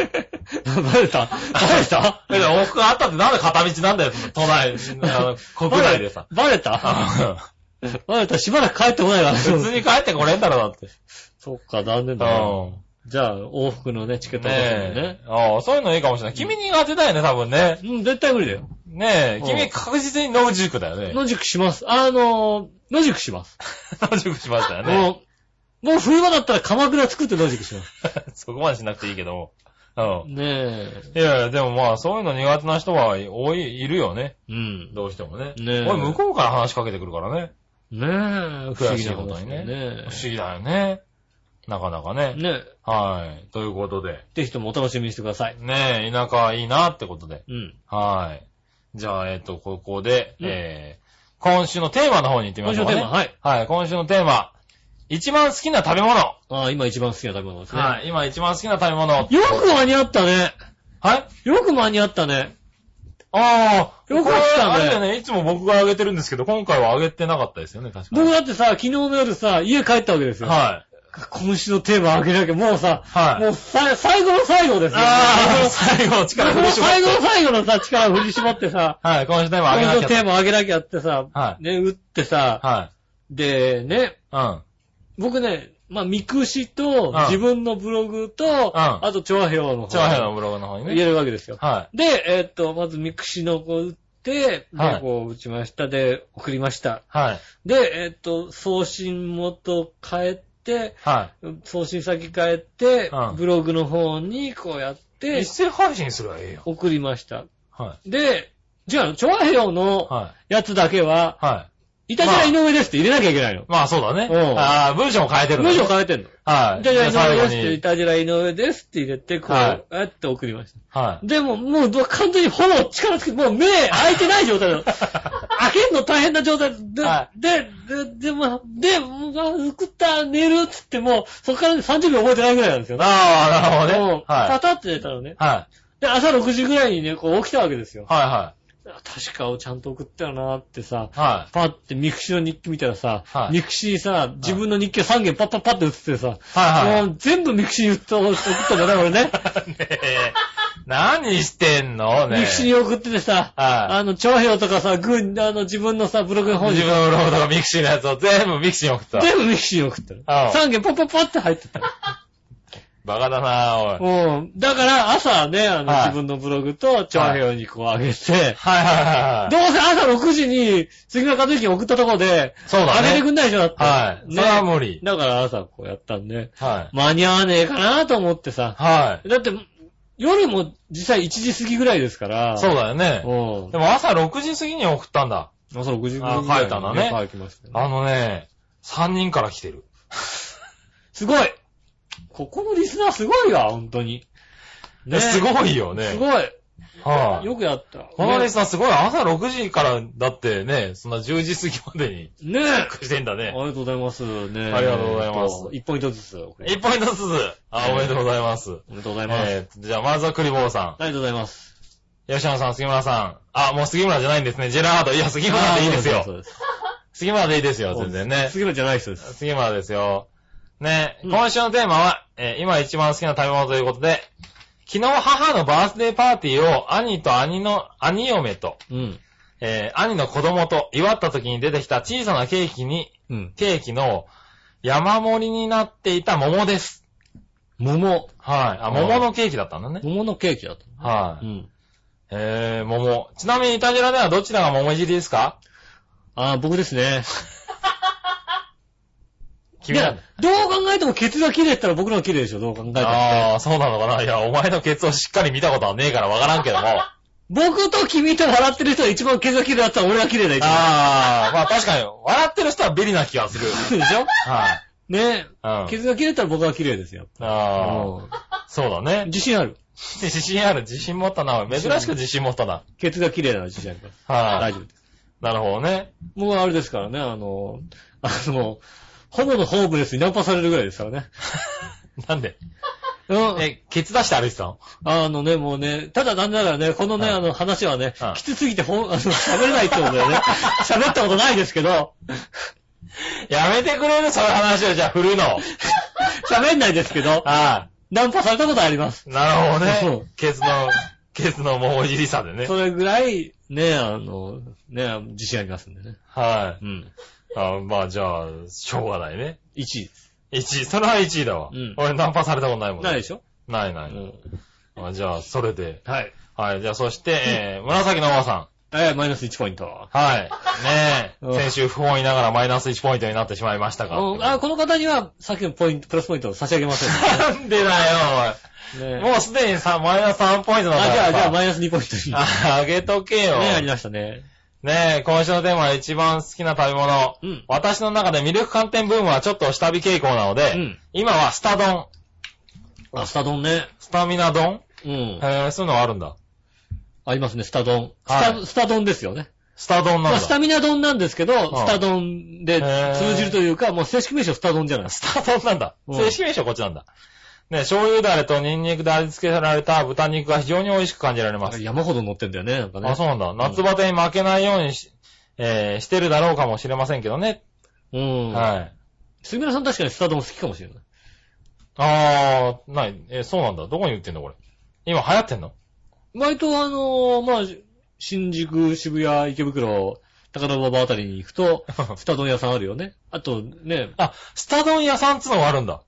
バレたバレたえ、でも往復あったってなんで片道なんだよ、都内、あの、国内で (laughs) さ。バレた (laughs) バレたしばらく帰ってこない (laughs) から。普通に帰ってこれんだろ、だって。そっか、残念うだな。ん。じゃあ、往復のね、チケット渡すんでねねえ。。ああ、そういうのいいかもしれない。君に当てたいね、多分ね。うん、絶対無理だよ。ねえ、うん君確実に野宿だよね。野宿します。あの、野宿します。 (laughs) 野宿しましたよね。もう、もう冬場だったら鎌倉作って野宿します。 (laughs) そこまでしなくていいけども。うん。ねえ。いやいや、でもまあ、そういうの苦手な人は多い、いるよね。うん。どうしてもね。ねえ俺、向こうから話しかけてくるからね。ねえ、不思議なことだよね。不思議だよね。なかなかね。ねえ。はい。ということで。ぜひともお楽しみにしてください。ねえ、田舎はいいなってことで。うん。はい。じゃあ、えっ、と、ここで、うんえー、今週のテーマの方に行ってみま今し週ょうのかテーね。マ、はい。はい、今週のテーマ。一番好きな食べ物。ああ、今一番好きな食べ物ですね。はい、今一番好きな食べ物。よく間に合ったね。はいよく間に合ったね。ああ、よく来たねこれあれだよね、いつも僕があげてるんですけど、今回はあげてなかったですよね、確か僕に。だってさ、昨日の夜さ、家帰ったわけですよ。はい。今週のテーマあげなきゃ、もうさ、はいもうさ、最後の最後ですよ。ああ、最後、力振もうり絞っ最後て。の最後のさ、力を振り絞ってさ、はい、今週テーマあ今週げなきのゃテーマあげなきゃってさ、はいね、打ってさ、はで、ね、い。僕ね、まあ、ミクシとうん、自分のブログと、んあと、調和表のう方。ん。チャーハンのブログの方に入ね。れるわけですよ。はで、えーっと、まずミクシの子打って、はでい、こう打ちました。で、送りました。い。はい。で、えーっと、送信元変えて、は送信先変えて、うんブログの方にこうやっい。て一、斉配信すればいいよ。送りました。はで、じゃあ、調和表い。のはやつだけは、い。はい。いたじら井上ですって入れなきゃいけないの。まあそうだね。うんああ、文章も変えてるんだ文ね章変えてんの。はい。いたじら井最上後ですって、いに。たじら井上ですって入れて、こう、はいやって送りました。はい。でも、もうど完全にほぼ力つけて、もう目開いてない状態 (laughs) なの。開けんの大変な状態で、はで、で、で、まあ、で、まあ、食った、寝るっつっても、そこから30秒覚えてないぐらいなんですよ。ああ、なるほもどうね。はパい。タって寝たのね。はい。で、朝6時ぐらいにね、こう起きたわけですよ。はいは確かをちゃんと送ったよなってさ、はパってミクシーの日記見たらさ、はいミクシーにさ、自分の日記が3件パッパッパって映っててさ、い。はいはい。もう全部ミクシーに送った送ったんだね、俺ね。 (laughs) ねえ。何してんのねえ。ミクシーに送っててさ、はあの、長平とかさ、軍、あの、自分のさ、ブログのい。方に自、分のブログとかミクシーのやつを全部ミクシーに送った。全部ミクシーに送ったの。ああ3件パッパッパって入ってた。バカだなおい。はいうん。だから、朝ね、あの、はい自分のブログと長平にこう上げて、はいはいどはうせ朝6時に、杉村和之に送ったところで、い。そうだ上げてくね。んないでしょ、だって。はい。それは無理。だから朝こうやったんで、はい。間に合わねえかなと思ってさ。はだって、夜も実際1時過ぎぐらいですから。い。そうだよね。うでも朝6時過ぎに送ったんだ。ん。朝6時ぐらいあに書いたんだね書きましたねあのね、3人から来てる。すごいここのリスナーすごいわ、本当に。すごいよね。すい。ごい。はい。よくやった。このリスナーすごい。朝6時から、だってね、そんな10時過ぎまでにねえ。してんだありね。がとうございます。ねありがとうございます1ポイントずつ送り1ポイントずつ。あ、おめでとうございます。おめでとうございます。えー、じゃあまずはクリボーさありがとうございます。ん。吉野さん、杉村さん。あ、もう杉村じゃないんですね。ジェラード。いや、杉村でいいですそよ。うです。杉村でいいですよ、全然ね。杉村じゃない人です。杉村ですよ。ね、うん今週のテーマは、えー今一番好きな食べ物ということで、昨日母のバースデーパーティーを兄と兄の、兄嫁と、うん。えー兄の子供と祝った時に出てきた小さなケーキに、うん。ケーキの山盛りになっていた桃です。桃。はい。あ、うん桃のケーキだったんだね。桃のケーキだと。はうい。ん。えー、桃。ちなみにイタジラではどちらが桃いじりですかあー僕ですね。 (laughs) 君なんいだや。どう考えてもケツが綺麗だったら僕の方が綺麗でしょ、どう考えても。ああ、そうなのかな。いや、お前のケツをしっかり見たことはねえからわからんけ (laughs) ども。僕と君と笑ってる人が一番ケツが綺麗だったら俺が綺麗だよ、一番ああ、まあ確かに、笑ってる人はビリな気がする。 (laughs) そうでしょはい。ねうん。ケツが綺麗だったら僕が綺麗ですよ。あうんあ、そうだね。自信ある。自信ある、自信持ったな。珍しく自信持ったな。ケツが綺麗なら自信あるから。は大い。丈夫です。なるほどね。僕はあれですからね、あの、あの、ホモのホームレスにナンパされるぐらいですからね。なんでうん。え、ケツ出して歩いてたのあのね、もうね、ただなんならね、このね、はいあの話はねはい、きつすぎてほん、あの、 (laughs) 喋れないってことだよね。 (laughs) 喋ったことないですけど、 (laughs) やめてくれるそういう話をじゃあ振るの。 (laughs) 喋んないですけど、はナンパされたことあります。い。なるそほどねう。ケツの、ケツのもういじりさでね。それぐらい、ね、あの、ね、自信ありますんでね。はうん。い。あまあじゃあ、しょうがないね。 1位です。 1位、それは1位だわうん。俺ナンパされたことないもんないでしょないなうい。ん。あじゃあ、それで。はい。はい、じゃあそして、えー、紫のおばさん。はい、マイナス1ポイント。はい。ねうえ。ん先週不本意ながらマイナス1ポイントになってしまいましたが。うんあ、この方には、さっきのポイント、プラスポイントを差し上げま (laughs) せんなんでだよ、ね。おい。ねもうすでにさ、マイナス3ポイントなんあ、だじかゃらあ、じゃあ、さ。マイナス2ポイントに。ね、あ、あげとけよ。ありねましたね。え、今週のテーマは一番好きな食べ物。うん私の中でミルク寒天ブームはちょっと下火傾向なので、うん今はスタ丼、あ、スタ丼ね。スタミナ丼、うん。へえ、そういうのがあるんだ。ありますね、スタ丼。スタ、はいスタ丼ですよね。スタ丼なんまあ、だ。スタミナ丼なんですけど、んスタ丼で通じるというか、もう正式名称スタ丼じゃないですスタートなんだ。うん正式名称はこっちなんだ。ね、醤油ダレとニンニクで味付けられた豚肉が非常に美味しく感じられまか。す。山ほど乗ってんだよね、なんかね。あ、そうなんだ。夏バテに負けないようにし、えーしてるだろうかもしれませんけどね。う。うん。はい。杉村さん確かにスタ丼好きかもしれない。あー、ない、えーそうなんだ。どこに売ってんのこれ。今流行って (laughs) んの割とあのーまあ、新宿、渋谷、池袋、高田馬場あたりに行くと、スタ丼屋さんあるよね。あとね、あ、スタ丼屋さんっつのがあるんだ。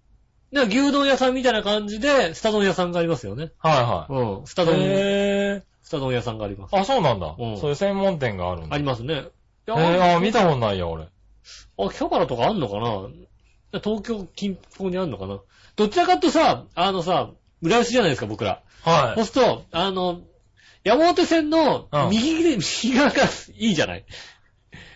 ね牛丼屋さんみたいな感じで、スタ丼屋さんがありますよね。はいはい。うん。スタ丼、へスタ丼屋さんがあります。ー。あ、そうなんだ。うんそういう専門店があるんだ。ありますね。いへやー、あー見たことないよ、俺。あ、秋葉原とかあんのかな東京近郊にあんのかなどちらかとさ、あのさ、浦安じゃないですか、僕ら。はいそう。すると、あの、山手線のうん右で、右側がいいじゃない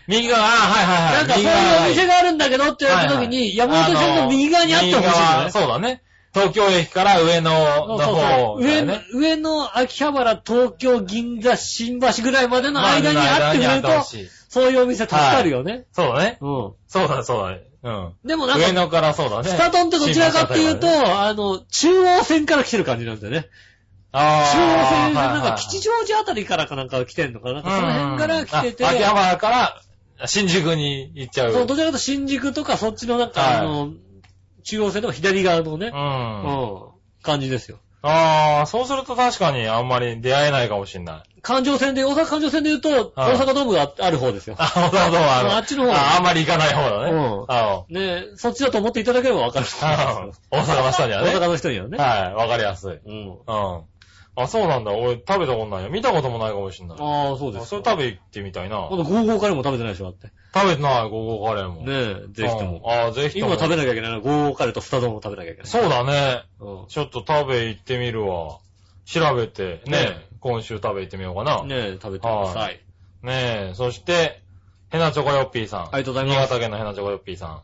右側、あーはいはないは。いんかそう右い側うがお店があるんだけどって言われた時に、山手線の右側にあってほしいんだよ右側ね。そうだね。東京駅から上の、そうそのうそ方うだ上よのね。、上の秋葉原、東京、銀座、新橋ぐらいまでの間にあってくれると真ん中にあってほしい、そういうお店助かるよね。そうだね。うそうだね、そうだね。うん。ん。でもなんか上、野からそうだね。スタ丼ってどちらかっていうと、新橋あたりだねあの、中央線から来てる感じなんだよね。あ中央線でなんか吉地祥寺あたりからかなんか来てんのかななんかその辺から来てて、秋葉原から新宿に行っちゃう。そう、どちらかというと新宿とかそっちのなんか、はいあの、中央線の左側のねう、ん。うん、感じですよ。ああ、そうすると確かにあんまり出会えないかもしんない。環状線で、大阪環状線で言うと、はい大阪ドームがある方ですよ。あ、ほどほど、あの、あっちの方ああんまり行かない方だね。うんあねえ、そっちだと思っていただければわかると思いあます大阪の人によ。は (laughs) 大ね。阪の人にはね。はい、わかりやすい。うん。うん。あ、そうなんだ。俺食べたことないよ。見たこともないかもしんない。ああ、そうですあか。それ食べ行ってみたいなこ。のゴーゴーカレーも食べてないでしょ、だって。食べてない、ゴーゴーカレーも。ねえ、ぜひとうんも。ああ、ぜひと今も。食べなきゃいけないのは、ゴーゴーカレーとスタ丼を食べなきゃいけない。そうだね。うちょっと食べ行ってみるわ。調べて、ね、ね今週食べ行ってみようかな。ん。ねねえ、食べてください。え、そして、ヘナチョコヨッピーさん。ありがとうござい新ます。潟県のヘナチョコヨッピーさん。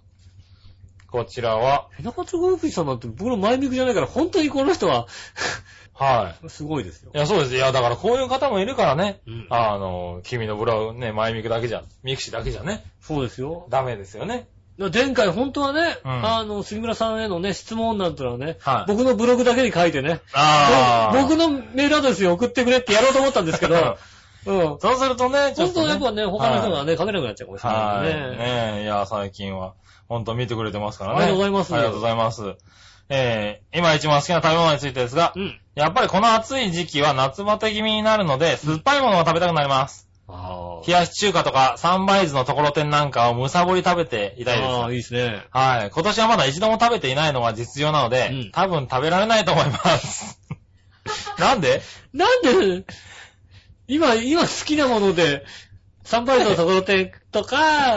こちらは、ヘナカツゴーピーさんなんて僕の前向きじゃないから、本当にこの人は、 (laughs) はすごいですよい。。いや、そうです。いや、だからこういう方もいるからね。うんあの、君のブラウンね、前ミクだけじゃ、ミクシーだけじゃね、そうですよ。ダメですよね。前回本当はね、うんあの、杉村さんへのね、質問なんてのはね、はい僕のブログだけに書いてね、ああ。僕のメールアドレスに送ってくれってやろうと思ったんですけど、 (laughs) うん。そうするとね、ちょ本っと、当ね。やっぱね、他の人がね、書けなくなっちゃうかもしれなはいい。からね。ねえ、いや、最近は、ほんと見てくれてますからね。ありがとうございますありがとうございます。えー、今一番好きな食べ物についてですがう、ん。やっぱりこの暑い時期は夏バテ気味になるので、酸っぱいものが食べたくなります。あ冷やし中華とか、サンバイズのところてんなんかをむさぼり食べていたいです。ああ、いいですね。はい。今年はまだ一度も食べていないのが実情なので、うん多分食べられないと思います。 (laughs) なんでなんで、今、今好きなもので、サンバイトのところてんとか、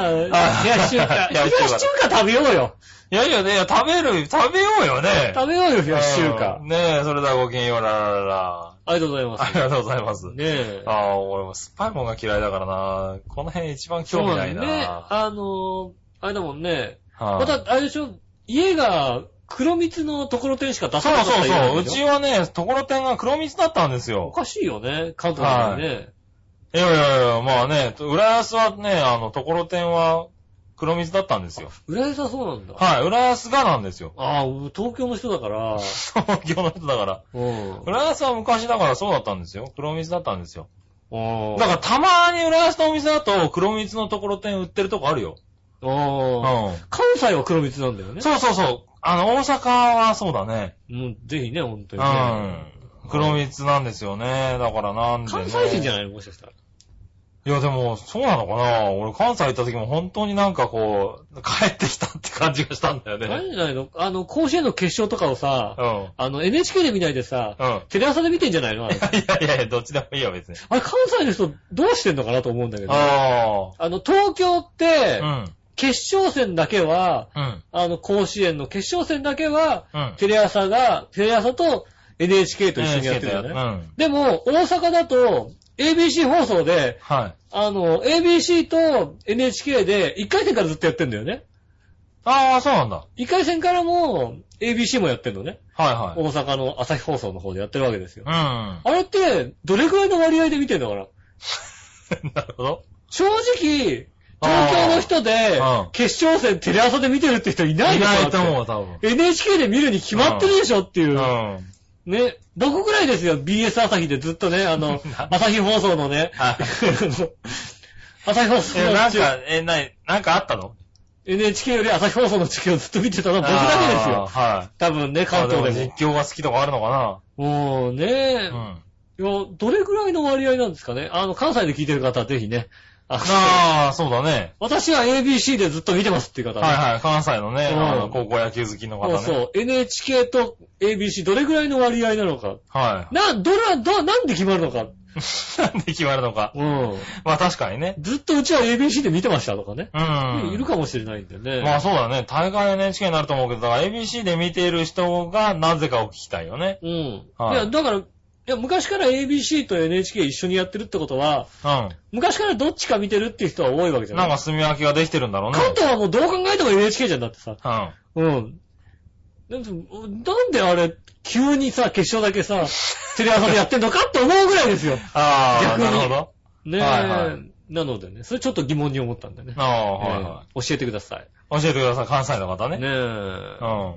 冷やし中華。 (laughs) 冷冷ややし中華し中華食べようよ。いやいやね、いや食べる、食べようよね。食べようよ、冷やし中華うん。ねえ、それではごきげんよう、ララララ。ありがとうございますあ。りがとうございます。ねえ。ああ、俺も酸っぱいもんが嫌いだからな。この辺一番興味ないな。そうだね。あのー、あれだもんね。はまいた、あれでしょ家が黒蜜のところてんしか出さそうなかったそうそう。家なんでうしょちはね、ところてんが黒蜜だったんですおよ。かしいよね。関東なのにね。いやいやいや、まあね、浦安はね、あの、ところてんは黒蜜だったんですよ。浦安はそうなんだ。はい、浦安がなんですよ。 (laughs) ああ、東京の人だから。東京の人だから。うん。浦安は昔だからそうだったんですよ。黒蜜だったんですよ。おだーからたまに浦安のお店だと黒蜜のところてん売ってるとこあるよ。うおーん。関西は黒蜜なんだよね。そうそうそう。あの、大阪はそうだね。もうぜひね、本当うにね。ん。黒蜜なんですよね。だからなんで、ね。関西人じゃん。ないもしかしたら。いやでも、そうなのかな俺関西行った時も本当になんかこう、帰ってきたって感じがしたんだよあれね。じゃないのあの、甲子園の決勝とかをさう、ん。あの、NHK で見ないでさ、うん。テレ朝で見てんじゃないのあれいやいやいや、どっちでもいいよ別に。あれ関西の人どうしてんのかなと思うんだけど。ああの、東京ってあ。う、ん。決勝戦だけは、うん。あの、甲子園の決勝戦だけは、うん。テレ朝が、テレ朝と NHK と一緒にやってるようね。ん。でも、大阪だと、ABC 放送で、はい。あの、ABC と NHK で、1回戦からずっとやってんだよね。ああ、そうなんだ。 1回戦からも、ABC もやってんのね。はいはい。大阪の朝日放送の方でやってるわけですよ。う。あれって、どれくらいの割合で見てんのかなんなるほど。正直、東京の人であーうん、決勝戦テレ朝で見てるって人いないいでしょないとだ思っう、多分。て NHK で見るに決まってるでしょっていうう。ん。ね、僕ぐらいですよ、BS 朝日でずっとね、あ (laughs) の、朝日放送のね、はい朝日放送え、なのんか、え、なに、なんかあったの NHK より朝日放送の地球をずっと見てたのは僕だけですあーよ。はい。多分ね、関関東で東もでも。実況が好きとかあるのかもうね、なういん。や、どれぐらいの割合なんですかね。あの、関西で聞いてる方はぜひね、あああ、そうだね。私は ABC でずっと見てますっていう方はね、はいはい。関西のね、うんあの高校野球好きの方ね。そうそう、NHK と ABC どれぐらいの割合なのか。はな、どれ、ど、なんで決まるのか。い。 (laughs) なんで決まるのか。うん。まあ確かにね。ずっとうちは ABC で見てましたとかね。うん。いるかもしれないんでね。まあそうだね。大会 NHK になると思うけど、だから ABC で見ている人がなぜかを聞きたいよね。うん。はいいや、だから、いや、昔から ABC と NHK 一緒にやってるってことは、う昔からどっちか見てるっていう人は多いわけじゃん。なないんか住み分けができてるんだろうね。関東はもうどう考えても NHK じゃんだってさ。うん。うん。だってなんであれ、急にさ、決勝だけ (laughs) さ、テレ朝でやってんのかって思うぐらいですよ。ああ、逆になるほど。ねえ。はいはなのでね、それちょっと疑問に思ったんだよね。ああ、はいはええ教えてください。い。教えてください、関西の方ね。ねえ。うん。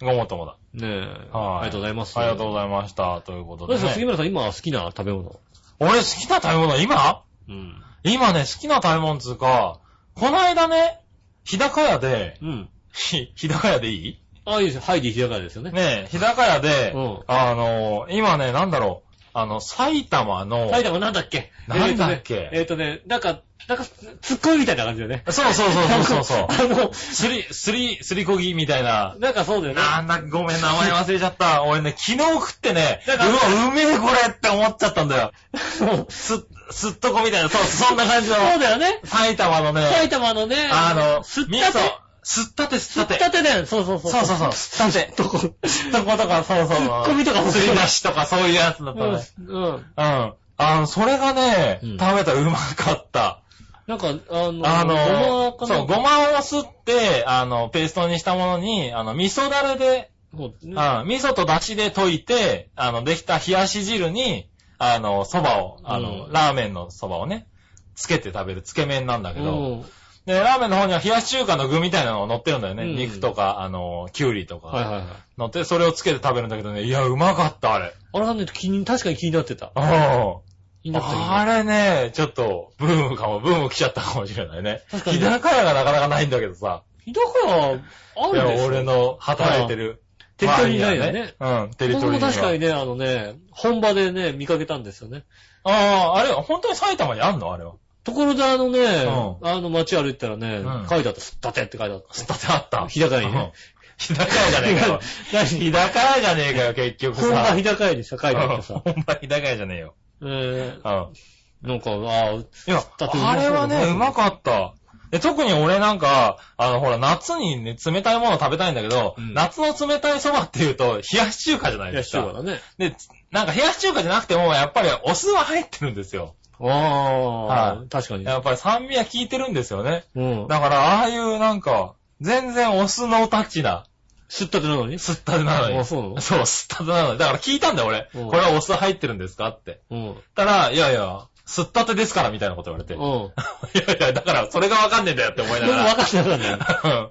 ごもっともだ。ねえ。はい。ありがとうございます。ありがとうございました。というこどとうで、ですか、杉ね。村さん、今好きな食べ物。俺好きな食べ物、今うん。今ね、好きな食べ物つうか、こないだね、日高屋で、うん。ひ、日高屋でいいああ、いいですよ。ハイディ日高屋ですよね。ねえ、日高屋で、うんあの、今ね、なんだろう、あの、埼玉の、埼玉なんだっけなんだっけえっとね、えーとねなんか、なんか、ツッコミみたいな感じだよね。そうそうそうそうそうそう。 (laughs) あの、すり、すり、すりこぎみたいな。なんかそうだよね。なんだ、ごめん、名前忘れちゃった。俺ね、昨日食ってね、だからうわ、うめえこれって思っちゃったんだよ。そうす、すっとこみたいな、そう、そんな感じのそ。うだよね。埼玉のね、埼玉のね、あの、すっ味た噌て。、すったて、すすっったたてて。ね。そうそうそう。そうそうそう、すったて。どこ、ツすっとことか、そうそうそう。ッコミとかもすり出しとか、そういうやつだったね。うん。うんうん。あの、それがね、うん食べたらうまかった。なんか、あの、あの、ごまかなそう、ごまをすって、あの、ペーストにしたものに、あの、味噌だれで、そうねうん、味噌と出汁で溶いて、あの、できた冷やし汁に、あの、蕎麦を、あの、うんラーメンの蕎麦をね、つけて食べるつけ麺なんだけど、うんで、ラーメンの方には冷やし中華の具みたいなのが乗ってるんだよね。うん肉とか、あの、きゅうりとはいかはいはい。乗って、それをつけて食べるんだけどね、いや、うまかった、あれ。あれはね、気に、確かに気になってた。うん。気になってた気になあってれね、ちょっと、ブームかも、ブーム来ちゃったかもしれないね。確かに日高屋がなかなかないんだけどさ。た。だから、あいるや、でしょ。俺の働いてる。テリトリー内周だりよにはね。。うん、テリ僕トリーも内確はかにね、あのね、本場でね、見かけたんですよね。ああ、あれ、本当に埼玉にあんのあれは。ところであのね、うあの街歩いてたらね、うん書いてあった、すったてって書いてあっすったてあった。た。日高屋にね。うん。日高屋じゃねえか (laughs) よ。 (laughs) 日高屋じゃねえかよ、結局本場さ。日高屋にさ、書いてあってうんさ。ほんま日高屋じゃねえよ。えうん。ー、なんか、あーいや、だってあれはね、ううままかった。で特に俺なんか、あの、ほら、夏にね、冷たいもの食べたいんだけど、うん夏の冷たいそばって言うと、冷やし中華じゃない冷でやしすか。中華だね。で、なんか冷やし中華じゃなくても、やっぱりお酢は入ってるんですよ。ああ、確かに。やっぱり酸味は効いてるんですよね。うん。だから、ああいうなんか、全然お酢のタッチな、すったてなのにすったてなのに。あそうなのそう、すったてなのに。だから聞いたんだよ、俺。うんこれはお酢入ってるんですかって。うん。たら、いやいや、すったてですから、みたいなこと言われて。うん。いもやいや、だから、それがわかんねえんだよって思いな分がから。んなかったよ。うん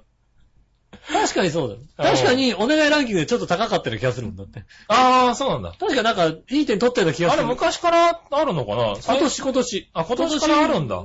確かにそうだよ。確かに、お願いランキングでちょっと高かったような気がするんだって。 (laughs) ああ、そうなんだ。確かなんか、いい点取ったような気があすれ、る。昔からあるのかな今最年、今年。あ、今年からあるんだ。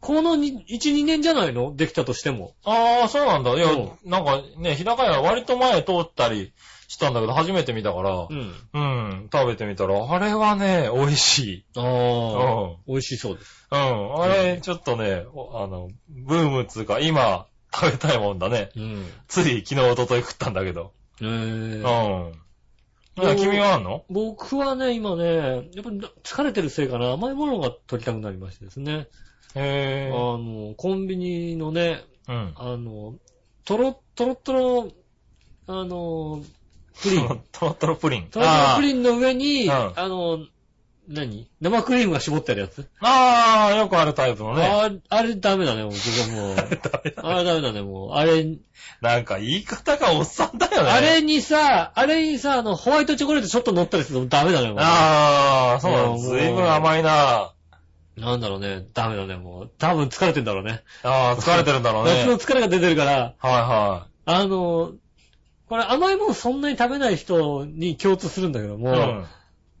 このに1、2年じゃないのできたとしても。ああ、そうなんだ。いやうん、なんかね、日高屋割と前通ったりしたんだけど、初めて見たから、ん。うん、食べてみたら、あれはね、美味しい。ああ。うん。美味しそうです。うん。あれ、ちょっとね、おあの、ブームっつうか、今、食べたいもんだね。うん。つい昨日、一昨日食ったんだけど。えうーん。あ君はあんの僕はね、今ね、やっぱり疲れてるせいかな、甘いものが取りたくなりましてですね。あへえ。の、コンビニのね、うん。あの、とろ、とろとろ、あの、プリン。とろ。 (laughs) トロトロプリン。とろプン。リンの上に、うんあの、何生クリームが絞ってあるやつ、あーあー、よくあるタイプのね。あれ、あれダメだね、もう自分 (laughs) もう。ダメだあれダメだね、もう。あれ、 (laughs) なんか言い方がおっさんだよね。あれにさ、あれにさ、あの、ホワイトチョコレートちょっと乗ったりするとダメだね、もう。ああ、そうなんだ。うんずいぶん甘いな。なんだろうね、ダメだね、もう。多分疲れてんだろうね。 (laughs) ああ、疲れてるんだろうね。夏の疲れが出てるから、はいはあの、これ甘いものそんなに食べない人に共通するんだけどい。も、うん。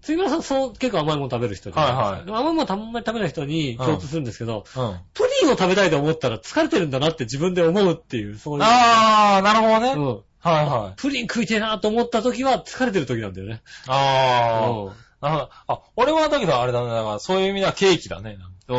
杉村さんそう、結構甘いもの食べる人じゃなですか甘いものあんまり食べない人に共通するんですけど、うん。プリンを食べたいと思ったら疲れてるんだなって自分で思うっていう、そういう。ああ、なるほどね。うん。はいはい。プリン食いてえなと思った時は疲れてる時なんだよね。ああ、うん。なるほど。あ、俺はだけどあれだね。だからそういう意味ではケーキだね。うん。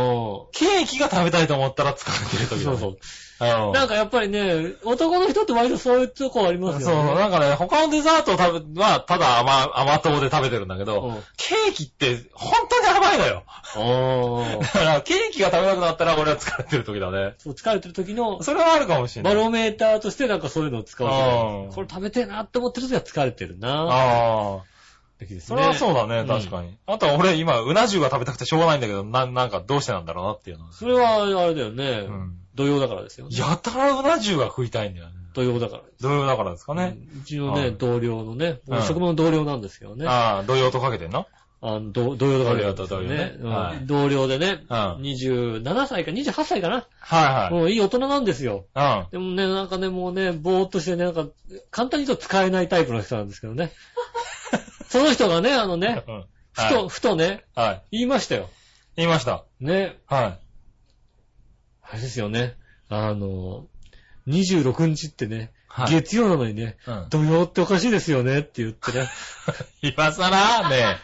ケーキが食べたいと思ったら疲れてる時だ、そね。うそう。うん。なんかやっぱりね、男の人って割とそういうとこありますそうそう。よね。なんかね、他のデザートを食べ、は、ただ甘、甘党で食べてるんだけど、うんケーキって本当に甘いのよ。だから、ケーキが食べなくなったら俺は疲れてる時だね。そう疲れてる時のそれはあるかもしれなバい。ロメーターとしてなんかそういうのを使うじゃないですうんか。これ食べてえなって思ってる時は疲れてるなああ。って気ですそね。れはそうだね、ね確かに。あとは俺今、うな重が食べたくてしょうがないんだけど、な、なんかどうしてなんだろうなっていうのは。それはあれだよねうん。土曜だからですよね。やたらうな重が食いたいんだよね。土曜だから。土曜だからですかね。うんうちのね、うん同僚のね、うん職場の同僚なんですけどね。ああ、土曜とかけてんのあの、同同僚とかで同僚と同僚ねうんはい同僚でね、うん。はい27歳か28歳かな。はい。もういい大人なんですよ。うん。でもね、なんかね、もうね、ぼーっとしてね、なんか、簡単に言うと使えないタイプの人なんですけどね。 (laughs) その人がね、あのね、うんふと、ふとね、はい。はい。言いましたよ。言いました。ね、はあれですよね。あの、26日ってね、はい月曜なのにね、い。うん。土曜っておかしいですよねって言 (laughs) ってね、今更ね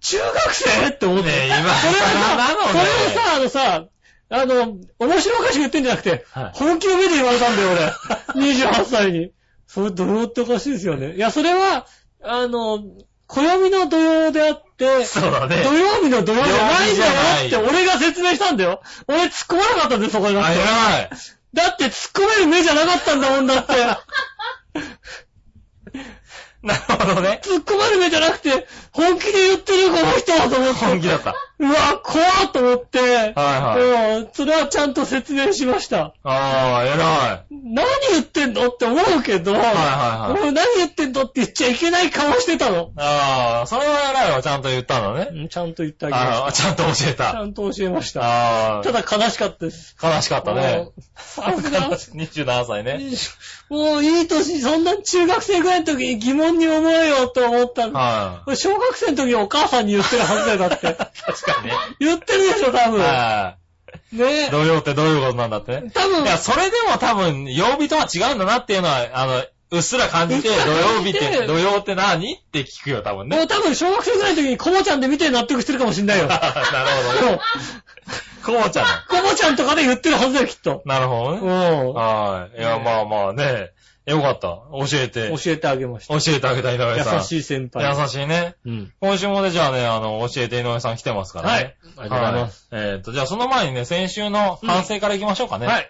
中学生って思え。って、ねえ、今更なのそね。れをさ、あのさ、あの、面白おかしく言ってんじゃなくて、はい本気の目で言われたんだよ、 (laughs) 俺。28歳に。それ、土曜っておかしいですよね。いや、それは、あの、暦の土曜であって、そうだね土。曜日の土曜じゃないんだよって土曜日じゃない俺が説明したんだよ。俺突っ込まなかったんだよ、そこに。あ、だ偉い。って突っ込める目じゃなかったんだもんだって。なるほどね。突っ込まれる目じゃなくて、本気で言ってるこの人はと思って。本気だった。うわ、怖っと思って、はいはい。うんそれはちゃんと説明しました。ああ、偉い。何言ってんのって思うけど、はいはいはい。俺何言ってんのって言っちゃいけない顔してたの。ああ、それは偉いわ。ちゃんと言ったのね。うんちゃんと言ってあげました。ああ、ちゃんと教えちた。ゃんと教えました。ああた、だ悲しかったです。悲しかったねも。う (laughs) さすが悲しい27歳ね。もういい年、そんな中学生ぐらいの時に疑問に思えよと思ったの。は俺小学生の時にお母さんに言ってるはずだよ、だ (laughs) って。い。確かにね。言ってるでしょ、多分。はねい。土曜ってどういうことなんだってね。多分い、や、それでも多分、曜日とは違うんだなっていうのは、あの、うっすら感じて、う土っすら曜感日じってて、土曜って何って聞くよ、多分もねう。多分小学生ぐらいの時にコボちゃんで見て納得してるかもしん (laughs) ないよ。なるほどね。こうちゃんだ。コボちゃんとかで言ってるはずだよ、きっと。なるほどうね。ん。はい。いや、ねまあまあね。よかった。教えて。教えてあげました。教えてあげた井上さん。優しい先輩。優しいね。うん。今週もね、じゃあね、あの、教えて井上さん来てますからね。はいありがとうございます。えーっと、じゃあその前にね、先週の反省から行きましょうかね。はい。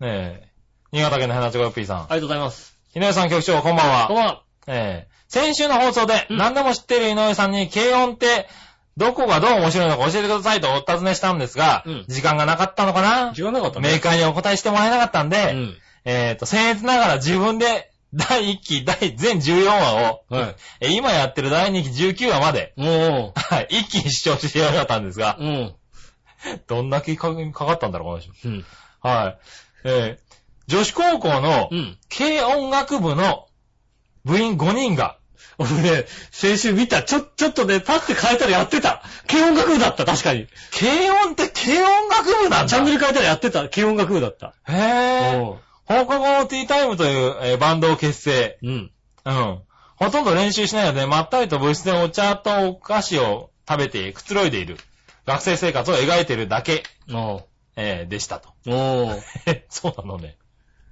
ねえ。新潟県の花ちごよっぴーさん。ありがとうございます。井上さん局長、こんばんは。こんばんは。ええ先週の放送で、何でも知っている井上さんに、軽音って、どこがどう面白いのか教えてくださいとお尋ねしたんですが、うん時間がなかったのかな時間なかったね。明快にお答えしてもらえなかったんで、うん。えっ、と、僭越ながら自分で、 (laughs) 第1期、第、全14話を、はい。え今やってる第2期19話まで、もはい一気に視聴してやがったんですがう、、うん。どんだけかかかったんだろう、この人。うん。はい。えー女子高校のう、ん。軽音楽部の部員5人が、俺ね、先週見た。ちょ、ちょっとね、パッて変えたらやってた。軽音楽部だった、確かに。軽音って軽音楽部なんだ。チャンネル変えたらやってた。軽音楽部だった。へぇー。う放課後のティータイムという、えーバンドを結成。ん。うん。ほとんど練習しないので、まったりと部室でお茶とお菓子を食べてくつろいでいる。学生生活を描いてるだけ、おえーでしたと。 (laughs) うん。おうえそうなのね。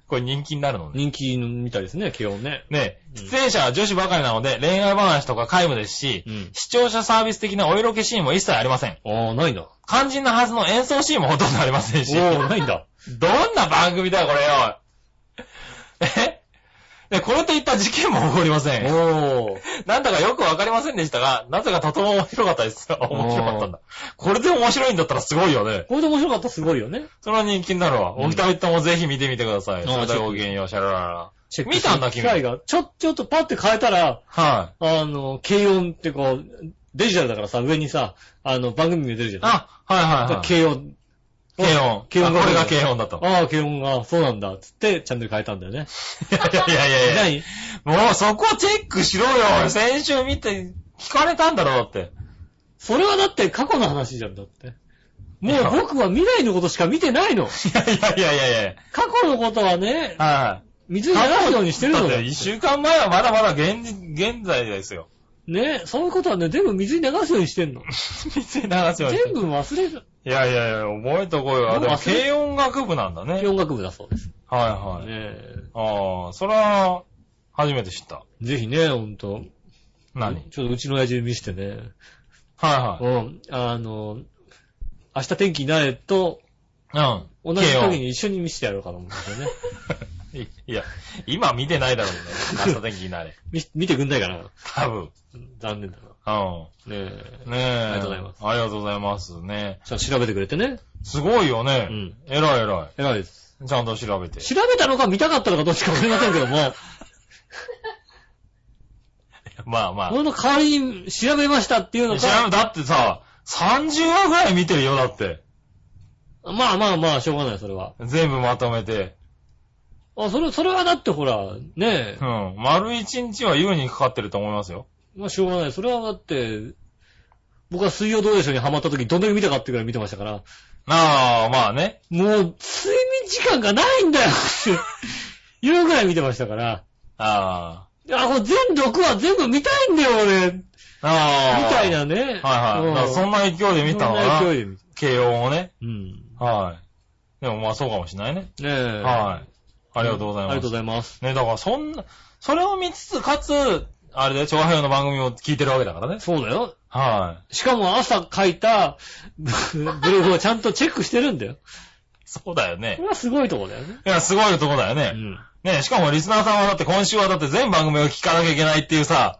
これ人気になるのね。人気のみたいですね、軽音ね。ねうん出演者は女子ばかりなので、恋愛話とか皆無ですし、うん視聴者サービス的なお色気シーンも一切ありません。ああ、ないな。肝心なはずの演奏シーンもほとんどありませんし。おおないんだ。どんな番組だよ、これよ。え (laughs) で、これといった事件も起こりません。おお。なんだかよくわかりませんでしたが、なぜかとても面白かったです。あ面白かったんだ。これで面白いんだったらすごいよね。これで面白かった、すごいよね。それは人気になるわ。うんお二人ともぜひ見てみてください。あそれではごきげんよう、シャラララ。チェック見たんだする君機会が。ちょ、ちょっとパッて変えたら、はい。あの、軽音ってこう、デジタルだからさ、上にさ、あの、番組名出るじゃん。あ、はいはいだはからい。軽音。軽音。軽音あこれが軽音だと。ああ、軽音が、そうなんだ、つって、チャンネル変えたんだよね。 (laughs) いやいやいやいや。何もうそこチェックしろよ。先週見て、聞かれたんだろ、だって。それはだって過去の話じゃんだって。いもうや僕は未来のことしか見てないの。いやいやいやいやいや。過去のことはね、はい。水に流すようにしてるだのっ。て一週間前はまだまだ現実、現在です (laughs) よ。ね、そういうことはね、全部水に流すようにしてんの。水流すよ。全部忘れる。いやいやいや、覚えとこうよ。あ、もうでも、忘れ軽音楽部なんだね。はい音楽部だそうです。はい。ねああ、それは、初めて知った。ぜひね、ほんと。何、ちょっとうちの親父に見せてね。はうん。あの、明日天気になれと、いはい。う同ん。じ軽時音に一緒に見せてやろうかと思うんですよね。いいや、今見てないだろうね。明日天気 (laughs) になれ。見、見てくんないかな。多分。残念だうな。ねえ。ん。ねえ。ありがとうございます。ありがとうございます。ねちゃんと調べてくれてね。すごいよね。うん。えらいえら偉いです。い。ちゃんと調べて。調べたのか見たかったのかどっちかわかりませんけども。まあまあ。俺の代わりに調べましたっていうの知らか。んだってさ、30話ぐらい見てるよ、だって。まあまあまあ、しょうがない、それは。全部まとめて。あ、それ、それはだってほら、ねえう。ん。丸1日は優にかかってると思いますよ。まあしょうがない。それはだって、僕は水曜どうでしょうにハマった時どんだけ見たかっていうぐらい見てましたから。なあ、まあね。もう、睡眠時間がないんだよ (laughs) って言うぐらい見てましたから。ああ、これ全6話全部見たいんだよ、俺。みあ。ああ。たいな。ね。はいはい。だからそんなな勢いで見たのか勢な。いで見た。慶応をね。うん。はい。でもまあそうかもしれないね。ねえ。はい。ありがとうございます。ありがとうございます。ね、だからそんな、それを見つつ、かつ、あれだよ、長編の番組を聞いてるわけだからね。そうだよ。はい。しかも朝書いた (laughs) ブログをちゃんとチェックしてるんだよ。そうだよこね。れはすごいとこだよね。いや、すごいとこだようね。ん。ね、しかもリスナーさんはだって今週はだって全番組を聞かなきゃいけないっていうさ、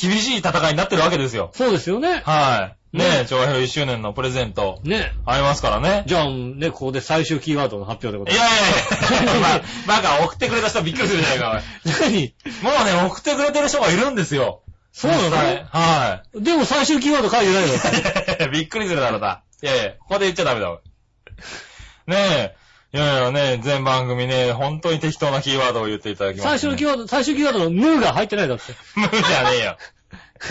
厳しい戦いになってるわけですよ。そうですよね。はい。ねね、長編1周年のプレゼント、ねありますからね。じゃあ、ね、ここで最終キーワードの発表でごいざやいいまやいや、まあ、バカ送ってくれた人びっくりするじゃないか、おいす。 (laughs) 何もうね、送ってくれてる人がいるんですよ。そうなの実際はでも最終キーワード書いてないの。い。びっくりするだろうな。いやいや、ここで言っちゃダメだ、おいねえ。いやいやね、全番組ね、本当に適当なキーワードを言っていただきま最初したね、のキーワード、最終キーワードのムーが入ってないだって。無じゃねえよ。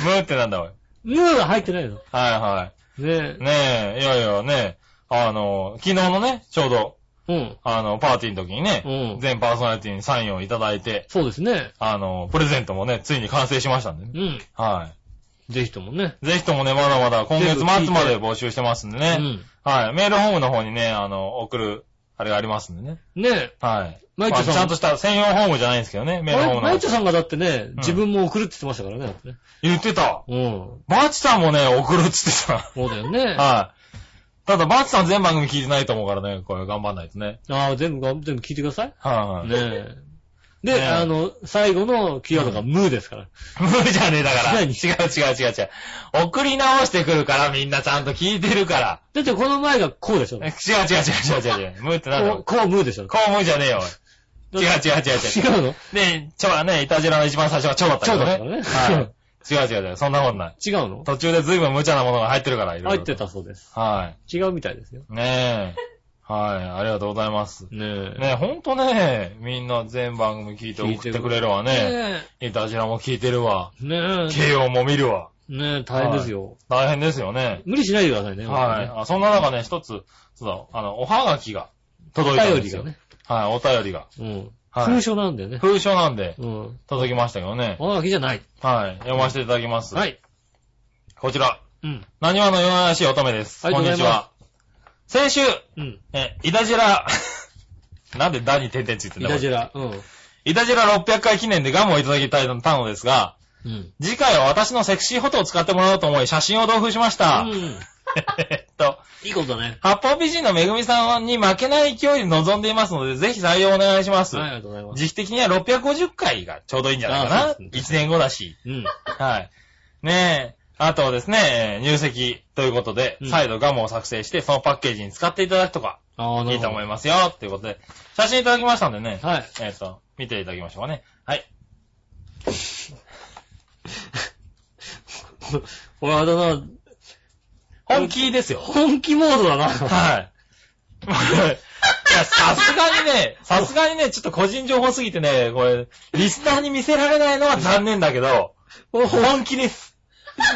無ってなんだ、おい。ムーが入ってないの。はいはねい。ねえ、いやいやね、あの、昨日のね、ちょうど、え。うん。あの、パーティーの時にね、うん全パーソナリティにサインをいただいて、そうですね。あの、プレゼントもね、ついに完成しましたんでね。うん。はぜひともね。い。ぜひともね、まだまだ今月末まで募集してますんでうね。ん。はい。メールホームの方にね、あの、送る、あれがありますんでね。ねえ。はい。マイチョさんまあちゃんとした専用ホームじゃないんですけどね、メールホームマのイチョ方。さんがだってね、自分も送るって言ってましたからね。だってね言ってた。うん。バーチさんもね、送るっつってた。そうだよね。あはい。ただ、バーチさん全番組聞いてないと思うからね、これ頑張んないとね。あー、全部が、全部聞いてください。はい、ねえ。ねで、えあの、最後のキーワードがムーですから。無じゃねえだから。違う何違う違う違う。送り直してくるから、みんなちゃんと聞いてるから。だってこの前がこうでしょ。違うこ違う違う違う違う。無ってなんだう、よ。こうムーでしょ。こう無じゃねえよ、おい違う違う違う違う。違うのね、ちょはね、いたじらの一番最初はちょだったけどね。蝶だったからねはい。違う違う違う、そんなもんない。違うの途中で随分無茶なものが入ってるから、いろ入いろっとて。たそうです。は違うみたいですよ。い。ねえ。はい、ありがとうございます。ねえ。ねえ、ほんとね、みんな全番組聞いて送ってくれるわね。ねいたじらも聞いてるわ。え。ねえ。慶応も見るわ。ねえ、大変ですよ。大変ですよね。無理しないでくださいね。はい。あそんな中ね、一つ、そうだ、あの、おはがきが届いたおん便でりすよ。がね。はい、お便りが。うん。はい封書なんだよね。封書なんで、うん。届きましたけどね。おはがきじゃない。はい、読ませていただきます。は。い。こちら。うん。何話の弱々しい乙女です。ありこがんとうにござちいまは。先週、うん。え、イタジラ、 (laughs) なんでダに点々ついてんいだたじラ。ら。うん。イタジラ600回記念でガムをいただきたいたのですが、うん。次回は私のセクシーフォトを使ってもらおうと思い、写真を同封しました。うん。 (laughs) えっと、いいことだね。八方美人のめぐみさんに負けない勢いで臨んでいますので、ぜひ採用お願いします。はい、ありがとうございます。時期的には650回がちょうどいいんじゃないかあそなう。ですね1年後だし。うん。はい。ねえ。あとはですね、えー入籍ということで、うん再度ガムを作成して、そのパッケージに使っていただくとか、ああ、ないるいと思ほいますよ、ということで、写真いただきましたんでね、ど。はい。 (laughs) えっ、と、見ていただきましょうかね。はい。これあれだな、本気ですよ。本気モードだな。はい。 (laughs) いや、さすがにね、さすがにね、ちょっと個人情報すぎてね、これ、リスナーに見せられないのは残念だけど、おほ本気です。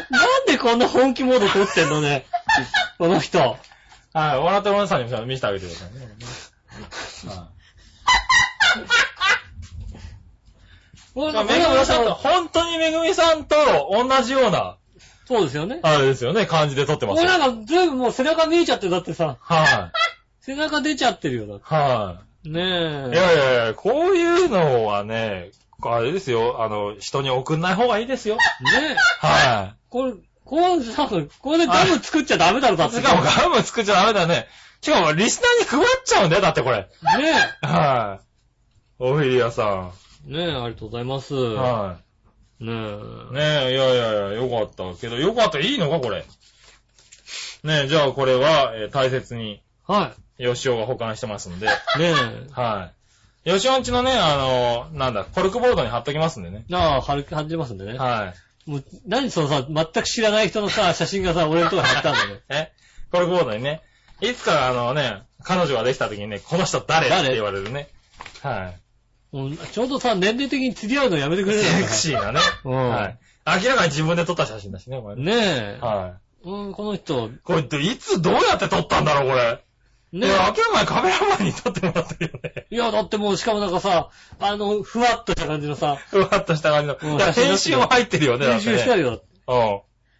なんでこんな本気モード撮ってんのね。この人。はい、笑ってる皆さんにも見せてあげてくださいね。はいめめぐみさんと、本当にめぐみさんと同じような、そうですよね。あれですよね、感じで撮ってます俺よ。はい、なんか全部もう背中見えちゃってるだってさ、背中出ちゃってるよだっはて。い、ねいえ。やいやいや、こういうのはね、あれですよ、あの、人に送んない方がいいですよ。ねえ。はこれ、こうさ、これでダム作っちゃダメだろ、だっ (laughs) い、て。しかもガム作っちゃダメだね。しかもリスナーに配っちゃうんだよ、だってこれ。ねはい、オフィリアさえ。ねえ、ありがとうございます。ん。はねい、ねえ、いやいやいや、よかったけど、よかった、いいのか、これ。ねえ、じゃあこれは、えー大切に、え。は吉尾が保管してますので。い。ねえ。はい。吉本んちのね、あの、なんだ、コルクボードに貼っときますんでね。じゃあ、はる、感じますんでね。はもう、何そのさ、全く知らない人のさ、写真がさ、俺のとこに貼ったん (laughs) だよね。えこれボードにね。いつかあのね、彼女ができた時にね、この人誰誰って言われるね。はい。もうちょうどさ、年齢的に釣り合うのやめてくれないかセなクシーなね。 (laughs) うんはい。明らかに自分で撮った写真だしね、これね。ねえ。はうん、この人、い。これっていつどうやって撮ったんだろう、これ。ねねえ、え。明らかにカメラマンに撮ってもらってるよね。いや、だってもう、しかもなんかさ、あの、ふわっとした感じのさ、ふわっとした感じの。うんだから編集も入ってるよね、だ編ってね。集してあるよ。うん。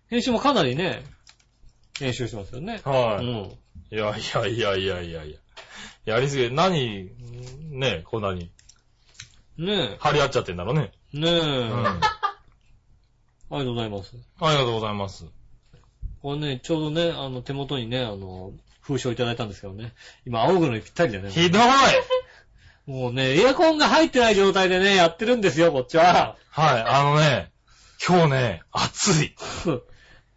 編集もかなりね、編集してますよね。うはい。ん。いやいやいやいやいやいや。やりすぎ、何、ねえ、こんなに。ね張り合っちゃってんだろうね。え。ねえ。うん。あありがとうございます。りがとうございます。これね、ちょうどね、あの、手元にね、あの、封書をいただいたんですけどね。今、青のにぴったりだね。ひどいもうね、エアコンが入ってない状態でね、やってるんですよ、こっちは。 (laughs) はい、あのね、今日ね、暑い。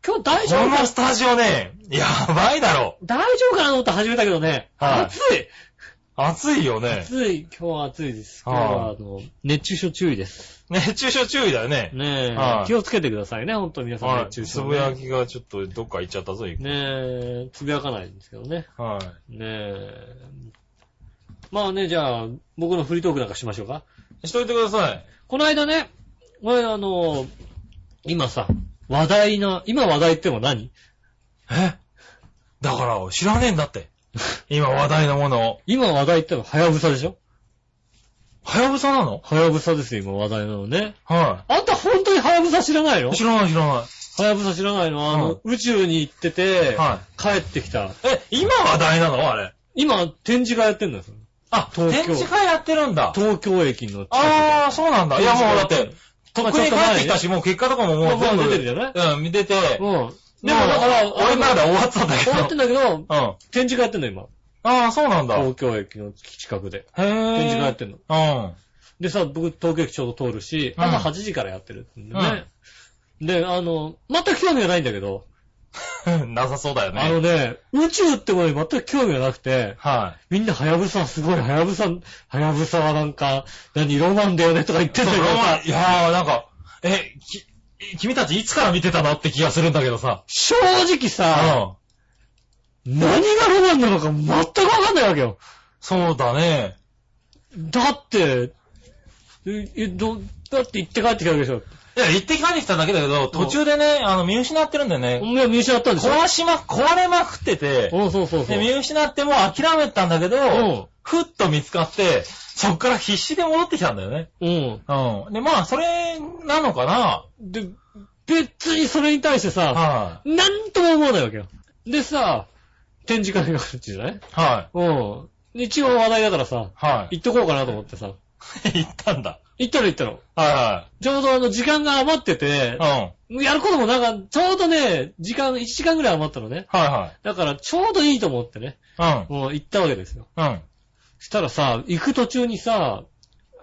今日大こ丈夫かのスタジオね、やばいだろ。大丈夫かなと思って始めたけどね。はい暑い暑いよね。暑い今日は暑いです。今日は、あの、熱中症注意です。熱中症注意だよね。ねえ、はい気をつけてくださいね、本当に皆さん、はい。熱中つ症、ぶね。やきがちょっとどっか行っちゃったぞ、一個ねえ、つぶやかないんですけどね。はい。ねえ。まあね、じゃあ、僕のフリートークなんかしましょうか。しといてください。この間ね、俺あの、今さ、話題な、今話題っても何えだから、知らねえんだって。今話題のものを。今話題ってのははやぶさでしょはやぶさなのはやぶさですよ、今話題なのね。はあんた本当にはやぶさ知らないのい。知らない、知らなはやぶさ知らないのあの、宇宙に行ってて、い。は帰ってきた。い。え、今話題なのあれ。今、展示会やってんだよ。それあ、東展京示会やってるんだ。東京駅の近くで。ああ、そうなんだ。いや、もうだって、とっくに帰ってきたし。し、もう結果とかももうまあ全まあ部出てるじゃないうん、見てて。うん。でもだから、俺の中では終わってたんだけ終ど。わってんだけど、うん。あ展示会やってんの今。あ、そうなんだ。へ東京駅の近くで。え。展示展会やってんの。うん。でさ、僕東京駅ちょうど通るし、うん朝8時からやってるってんだよね。で、あの、全く興味がないんだけど、 (laughs) なさそうだよあのね。ね、宇宙ってものに全く興味がなくて、はみんな、はやぶさすごい、はやぶさ、はやぶさはなんか、何、ロマンだよねとか言っい。てんだけどそのさ、いやー、なんか、え、き、君たちいつから見てたのって気がするんだけどさ。正直うさ、ん。何がロマンなのか全くわかんないわけよ。そうだね。だって、え、えど、だって行って帰ってきたわけでしょ。いや、行って帰ってきただけだけど、途中でね、あの、見失ってるんだよね。お前は見失ったんでしょ壊しま、壊れまくってて、うん、そうそうそで、う。見失ってもう諦めたんだけど、うふっと見つかって、そっから必死で戻ってきたんだよね。ん。うん。うん。で、まあ、それなのかなで、別にそれに対してさ、はなんとも思わないわけよ。でさ、展示会があるじゃないい。はい。うん。で一応話題だからさ、 (laughs) はい。行っとこうかなと思ってさ。行ったんだ。行ったら行ったの。はちょうどあの、時間が余ってていはい。うん。、はいやることもなんか、ちょうどね、時間、1時間ぐらい余ったのね。はだから、ちょうどいいと思ってね、い。もう行ったわけですよ。うん。うん。したらさ、行く途中にさ、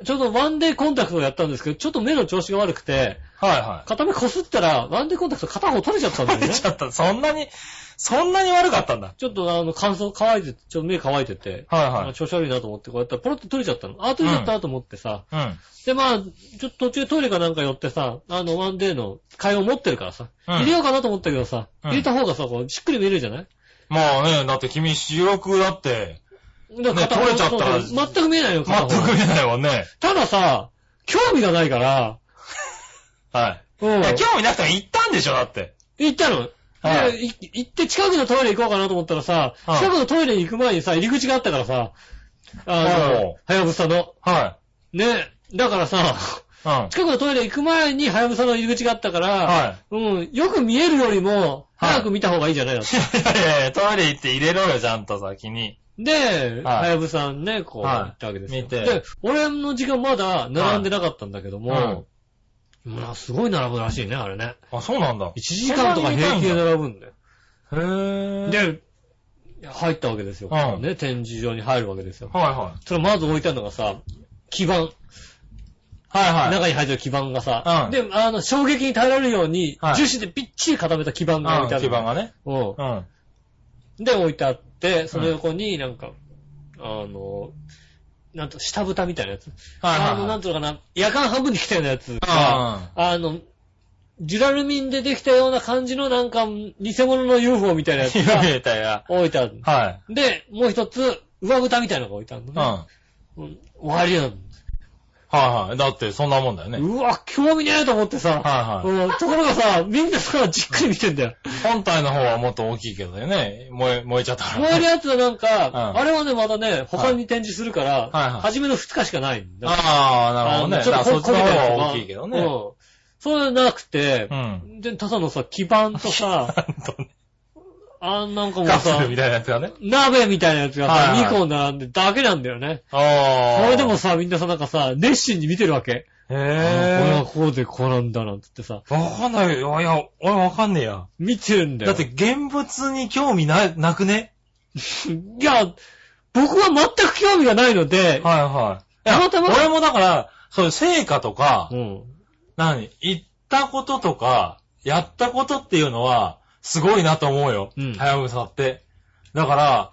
ちょうどワンデーコンタクトをやったんですけど、ちょっと目の調子が悪くて、はいは片目こすったら、ワンデーコンタクト片方取れちゃったんい。だよね取 (laughs) れ。ちゃった。そんなに、そんなに悪かったんだ。ちょっとあの、乾燥乾いて、ちょっと目乾いてて、はいあの調子悪いなと思って、こうやったらポロッと取れちゃったの。あ、取れちゃったと思ってさ、はい。うん。で、まあ、ちょっと途中トイレかなんか寄ってさ、あの、ワンデーの会話持ってるからさ、うん入れようかなと思ったけどさ、うん入れた方がさ、こう、しっくり見えるじゃないまあね、だって君収録だって、だから片方取れちゃったらそうそう全く見えないよ、片全方く見えないもんね。たださ、興味がないから、はい。うん。いや、興味なくても行ったんでしょ、だって。行ったの。はで、い行って近くのトイレ行こうかなと思ったらさ、はい近くのトイレに行く前にさ、入り口があったからさ、あおのう、はやぶさの。はね。だからさ、い。うん。近くのトイレ行く前にはやぶさの入り口があったから、はうん、よく見えるよりも、はい早く見た方がいいんじゃないの、い。いやいやいや、トイレ行って入れろよ、ちゃんと先に。で、はいはやぶさんね、こう、はい行ったわけですよ。見てで、俺の時間まだ並んでなかったんだけどはいも、まあ、すごい並ぶらしいね、あれね。あ、そうなんだ。 1時間とか平気で並ぶんだよ。へぇー。、で、入ったわけですよ。うんね、展示場に入るわけですよ。はいはい。それまず置いたのがさ、基板。はいはい。中に入ってる基板がうさん、で、あの、衝撃に耐えられるように、はい樹脂でびっちり固めた基板が置いてうあん、る。基盤がね。うんうん。で、置いてあって、その横になんか、あの、なんと、下蓋みたいなやつ。はいはいはいあの、なんとかな、夜間半分に来たようなやつが、ああの、ジュラルミンでできたような感じのなんか、偽物の UFO みたいなやつ広がめたや。置いてある。はい。で、もう一つ、上蓋みたいなのが置いてあるのうん。ね。はうん。終わりなの。いはい。だって、そんなもんだよね。うわ、興味ねえと思ってさ。はいはうんところがさ、みんなさ、じっくり見てんだよ。い。本体の方はもっと大きいけどね。燃え、燃えちゃったか燃らえるね。やつはなんか、うんあれはね、まだね、他に展示するから、はいはい初めの2日しかないんだ。ああ、なるほどね。あのちょっとだからそっちのこ焦げたや方つがが大きいけどうね。ん。そうじゃなくてう、ん。で、ただのさ、基板と (laughs) さ、あんなんかもカプセさル、みたいなやつがね。鍋みたいなやつがはいさ、はい2個並んでだけなんだよね。ああ。それでも、さ、みんなさ、なんかさ、熱心に見てるわけ。あへこれはこうでこうなんだなんつってさ、え。わかんないよ。いや、俺わかんねえや。見てるんだよ。だって、現物に興味な、なくねいや、僕は全く興味がないので、はいはい。たいやまたま俺もだから、そういう成果とか、うん。何行ったこととか、やったことっていうのは、すごいなと思うよ。うんはやぶさって。だから、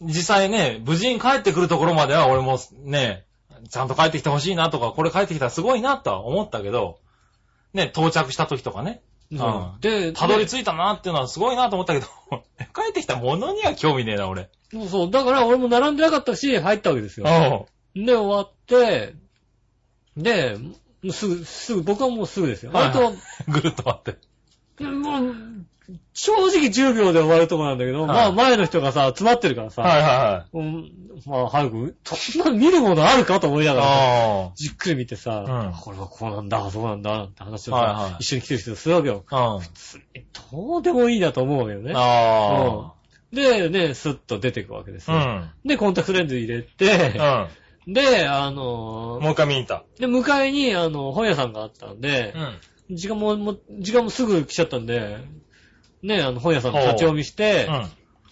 実際ね、無事に帰ってくるところまでは俺もね、ちゃんと帰ってきてほしいなとか、これ帰ってきたらすごいなとは思ったけど、ね、到着した時とかね、うんで、たどり着いたなっていうのはすごいなと思ったけど、 (laughs) 帰ってきたものには興味ねえな、俺。そうそう。だから俺も並んでなかったし、入ったわけですよ。あで、終わって、で、もうすぐ、すぐ、僕はもうすぐですよ。はいあと、 (laughs) ぐるっと待って。もう、正直10秒で終わるとこなんだけど、はいまあ前の人がさ、詰まってるからさ、はいはうん、まあ早く、そんな見るものあるかと思いないはい。がらさ、あじっくり見てさ、うんこれはこうなんだ、あそうなんだ、なんて話をさ、はいはい一緒に来てる人とするわけよ。あ。うん。どうでもいいなと思うわけよね。あで、ね、スッと出てくわけですあ。うよ。ん。で、コンタクトレンズ入れうて、ん。で、あのーもう一回見に行った。で、向かいに、あの、本屋さんがあったんでう、ん。時間も、もう時間もすぐ来ちゃったんで、ね、あの、本屋さんの立ち読みして、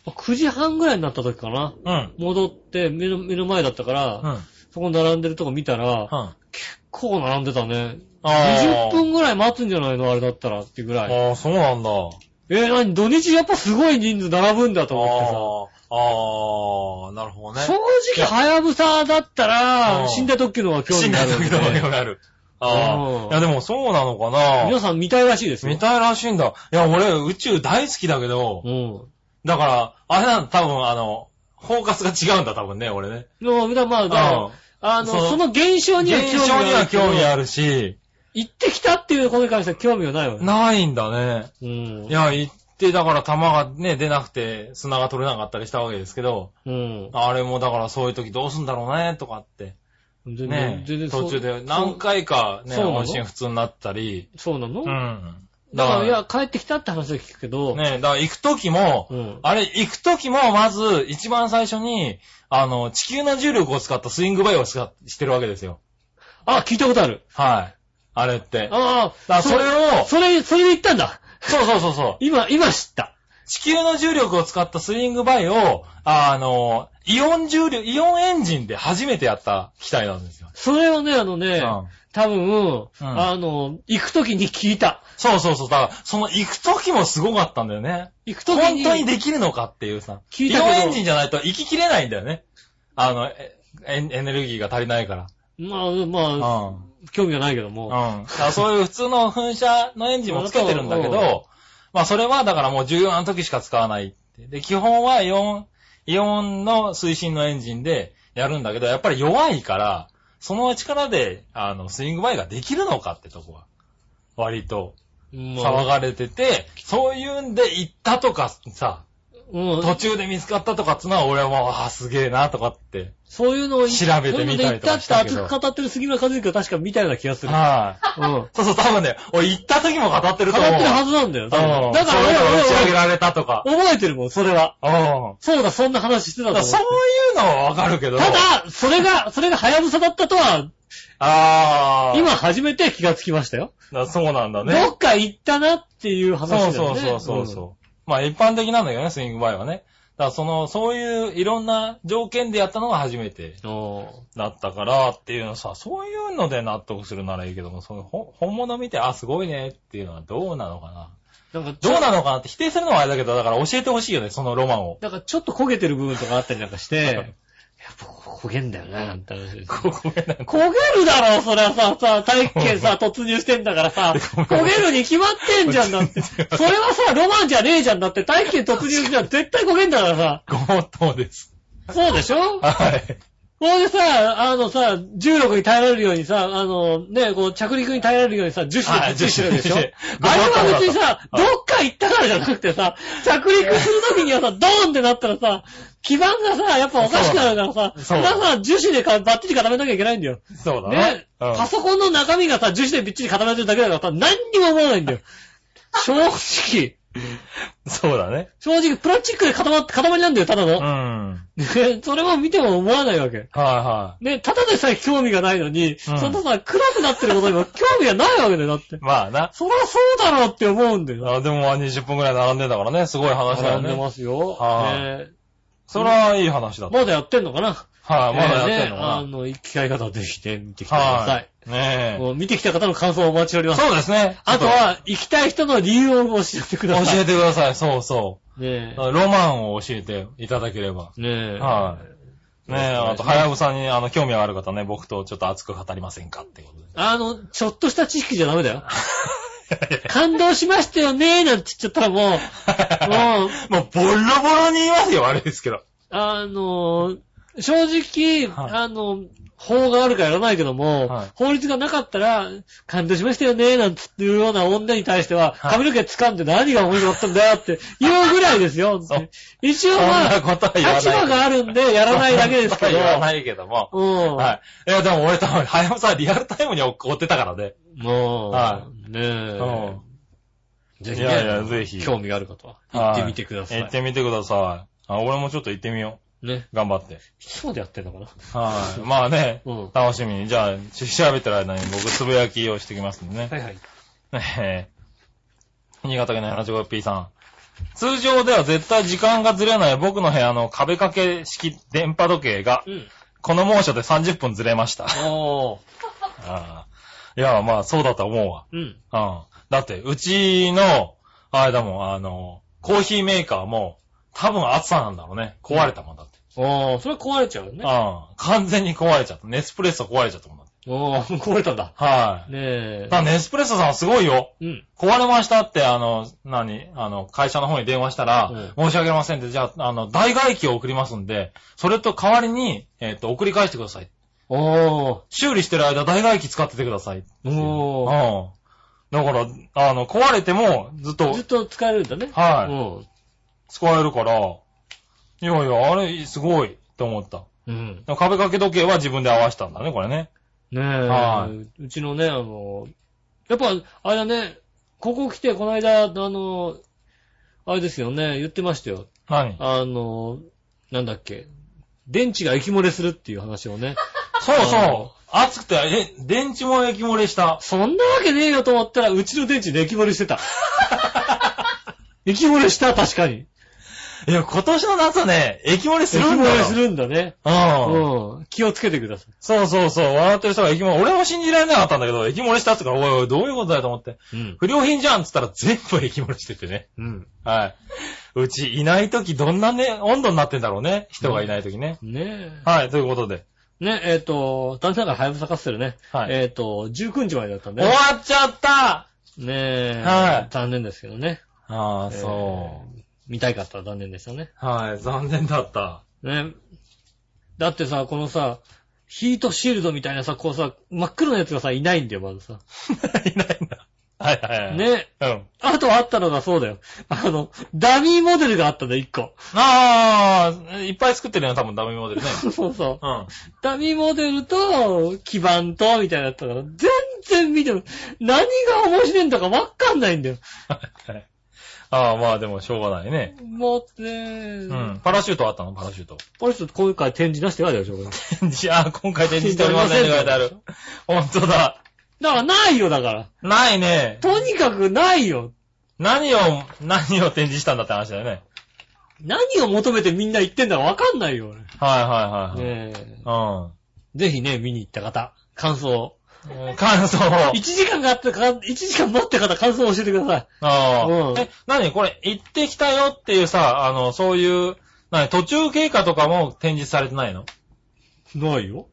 9時半ぐらいになった時かな。うん。うん。戻って、目の、目の前だったから、うん。そこ並んでるとこ見たら、あこう並んでたね。あ20分ぐらい待つんじゃないのあれだったらっていうぐらい。ああ、そうなんだ。えー、なに、土日やっぱすごい人数並ぶんだと思ってさ。ああ、ああ、なるほどね正。直、はやぶさだったうら、ん死んだ時のは興死味んがあだるん時での方がある。うああん。いや、でもそうなのかな皆。さん見たいらしいですよ。見たいらしいんだ。いや、俺、宇宙大好きだけどう、ん。だから、あれなんだ、多分、あの、フォーカスが違うんだ、多分ね、俺ね。でも、まあ、だからあの、そうその現象うん。には現興味があ象る。には興味あるし、行ってきたっていうことに関しては興味がないわね。ないんだね。うんい。や、行って、だから球がね、出なくて、砂が取れなかったりしたわけですけど、うん。あれもだからそういう時どうすんだろうね、とかって。全ねそう途中で何回かね、そうなの音信不通になったり。そうなのうだん。から、いや、帰ってきたって話は聞くけど、ね、だから行く時も、うん。あれ、行く時も、まず、一番最初に、あの、地球の重力を使ったスイングバイをしかしてるわけですよ。あ、聞いたことある。はい。あれって。だかああ、らそれを、それ、それで言ったんだ。そうそうそうそう。今、今知った。地球の重力を使ったスイングバイを、あの、イオン重力、イオンエンジンで初めてやった機体なんですよ。それをね、あのうね、ん多分、あの、行くときに聞いた。そうそうそう。だから、その行く時もすごかったんだよね。行くときに。本当にできるのかっていうさ。聞いイたオけンどエンジンじゃないと行ききれないんだよね。あの、えエンエネルギーが足りないから。まあ、まうあ、ん。興味はないけどうん。も。だからそういう普通の噴射のエンジンもつけてるんだけうんど、まあそれはだからもう重要な時しか使わないって。で、基本はイオン、イオンの推進のエンジンでやるんだけど、やっぱり弱いから、その力で、あの、スイングバイができるのかってとこは、割とま騒あがれてて、そういうんで行ったとかさ、うん途中で見つかったとかっつうのは俺はもう、ああ、すげえなとかって。そういうのを調べてみたりとかしそうたいうのでけ行どったって熱く語ってる杉村和之は確か見たような気がする。はい。うん。語っそうそう、多分ね、俺行った時も語っててるると思う。はずなんだよ。多分うんだから俺そういうのを打ち上げは、られたとか。俺は覚えてるもん、それは。うん。そうだ、そんな話してただとから思そういうのはわかるけど。う。ただ、それが、それがハヤブサだったとは、ああ。今初めて気がつきましたよ。だそうなんだどね。っか行ったなっていう話だそようね。そうそうそうそう。まあ一般的なんだけどね、スイングバイはね。だからその、そういういろんな条件でやったのが初めてうん。おだったからっていうのさ、そういうので納得するならいいけども、そのほ本物見て、あ、すごいねっていうのはどうなのかな。ーなんかちょどうなのかなって否定するのはあれだけど、だから教えてほしいよね、そのロマンを。 (laughs) なんかちょっと焦げてる部分とかあったりなんかして、やっぱこ焦げんだよな、なんて話です。ごめんな焦げるだろ、そりゃさ、さ、大気圏 (laughs) さ、突入してんだからさ、ごめん焦げるに決まってんじゃんだ (laughs) って。それはさ、ロマンじゃねえじゃんだって、大気圏突入したら絶対焦げんだからさ、ごもっともです。そうでしょはい。これでさ、あのさ、重力に耐えられるようにさ、あの、ね、こう、着陸に耐えられるようにさ、樹脂ではくいっついてるでしょあ樹れ脂は別にさ、ごどもっともだとっか行ったからじゃなくてさ、着陸するときにはさ、ドーンってなったらさ、基盤がさ、やっぱおかしくなるからさ、そそうれはさ、樹脂でかバッチリ固めなきゃいけないんだよ。そうだね。ね、うんパソコンの中身がさ、樹脂でびっちり固めてるだけだからさ、何にも思わないんだよ。正直。そうだね。正直、プラスチックで固まって、塊なんだよ、ただうん。の。はそれも見ても思わないわけ。いはね、ただでさえ興味がないのに、そのさ、暗くなってることにも興味がないわけだよ、だってい。。まあな。そりゃそうだろうって思うんだよ。あでもまあ20分くらい並んでたからね、すごい話だ並よんでね。ますよ。はいねそれはいい話だった。まだやってんのかなはい、まだやってんのねあかの、機会方はぜひね、見てきてくな。ださ。はいい。ねえ。もう見てきた方の感想をお待ちしております。そうですね。あとは、行きたい人の理由を教えてくちょだっと、さい。教えてください。そうそねう。ロマンを教えていただければ。え。ねえ。はい。ねえ、あと、はやぶさに、あの、興味がある方ね、僕とちょっと熱く語りませんかってことで。あの、ちょっとした知識じゃダメだよ。 (laughs) 感動しましたよねーなんて言っちゃったらもう、 (laughs) もう、 (laughs) もう、ボロボロに言いますよ、悪いですけど。あの、正直、はいあの、法があるからやらないけども、はい法律がなかったら、感動しましたよね、なんつっていうような女に対しては、はい髪の毛掴んで何が面白かったんだよって言うぐらいです (laughs) よ。そう一応そんまなあ、ことは言わない。立場があるんでやらないだけですけ (laughs) そんなこど、とは言わないけども。うん。はい。いや、でも俺多分、はやぶさはリアルタイムに追ってたからね。もう、はねえ、うぜん。いひ、ね、やいや、ぜひ。興味がある方は、行はいってみてください。行ってみてください。あ、俺もちょっと行ってみよね。う。頑張って。そうでやってんのかなはい。まあねうん、楽しみに。じゃあ、ち調べてる間に僕、つぶやきをしてきますんでね。はいはい。えー新潟県の 75P さん。通常では絶対時間がずれない僕の部屋の壁掛け式電波時計がう、ん。この猛暑で30分ずれました。おー。あーいや、まあ、そうだと思うわ。うん。うん。だって、うちの、あれだもん、あの、コーヒーメーカーも、多分暑さなんだろうね。壊れたもんだって。おー、それは壊れちゃうよね。うん。完全に壊れちゃった。ネスプレッソ壊れちゃったもんだって。おー、 (laughs) 壊れたんだ。はい。ねえだか。らネスプレッソさんはすごいよ。うん。壊れましたって、あの、何あの、会社の方に電話したら、うん申し訳ありませんって、じゃあ、あの、代替機を送りますんで、それと代わりに、えっ、と、送り返してください。おー。修理してる間、代替機使っててくださいっていう。おー。うん。だから、あの、壊れても、ずっとずっ、と使えるんだね。はい、い。使えるから、いやいや、あれ、すごい、と思った。うん。でも壁掛け時計は自分で合わせたんだね、これね。ねえ。はうちのね、あの、やっぱ、あれだね、ここ来て、この間、あの、あれですよね、言ってましたよ。何あの、なんだっけ。電池が液漏れするっていう話をね。そううんそう。熱くて、え、電池も液漏れした。そんなわけねえよと思ったら、うちの電池で液漏れしてた。液漏れした、確かに。いや、今年の夏ね、液漏れす液るん漏だよ。れするんだね。うん。うん。気をつけてくださそうそうそう。笑ってる人が液漏れ。俺も信じられなかったんだけど、液漏れしたっつうから、おいおい、どういうことだよと思って。い。うん。不良品じゃんっつったら全部液漏れしててね。うん。はい。うちいない時どんなね、温度になってんだろうね。人がいない時ね。ねはい、ということで。え。ねえ、っ、と、残念ながら早草カステルね。はいえっ、と、19日までだったんで終ね。わっちゃったねえ。はい残念ですけどね。ああ、えーそう。見たいかったら残念でしたね。はい、残念だった。 (laughs) ねえ。だってさ、このさ、ヒートシールドみたいなさ、こうさ、真っ黒なやつがさ、いないんだよ、まずさ。いないんだ。はいはいはい。ね。え。うん。あとあったのがそうだよ。あの、ダミーモデルがあったんだよ、一個。ああ、いっぱい作ってるよ、多分ダメモデルね。そうそう。 (laughs) うん。ダミーモデルと、基板と、みたいなやつだから、全然見ても、何が面白いんだかわかんないんだよ。はいああ、まあでもしょうがないね。もうね、う。。うんパラシュートあったのパラシュート。 (laughs) これちょっと今回展示出してからでしょ、これ。じゃあ、今回展示しておりませんって書いて (laughs) ある。ほんとだ。だからないよ、だから。ないね。とにかくないよ。何を、何を展示したんだって話だよね。何を求めてみんな言ってんだかわかんないよ、はいはいはいはい。俺。ねえ。うぜひね、見に行った方、感想を。ん。感想を1。時間があってか、1時間待って方、感想を教えてください。あうんあ。え、何これ、行ってきたよっていうさ、あの、そういう、何途中経過とかも展示されてないのないよ。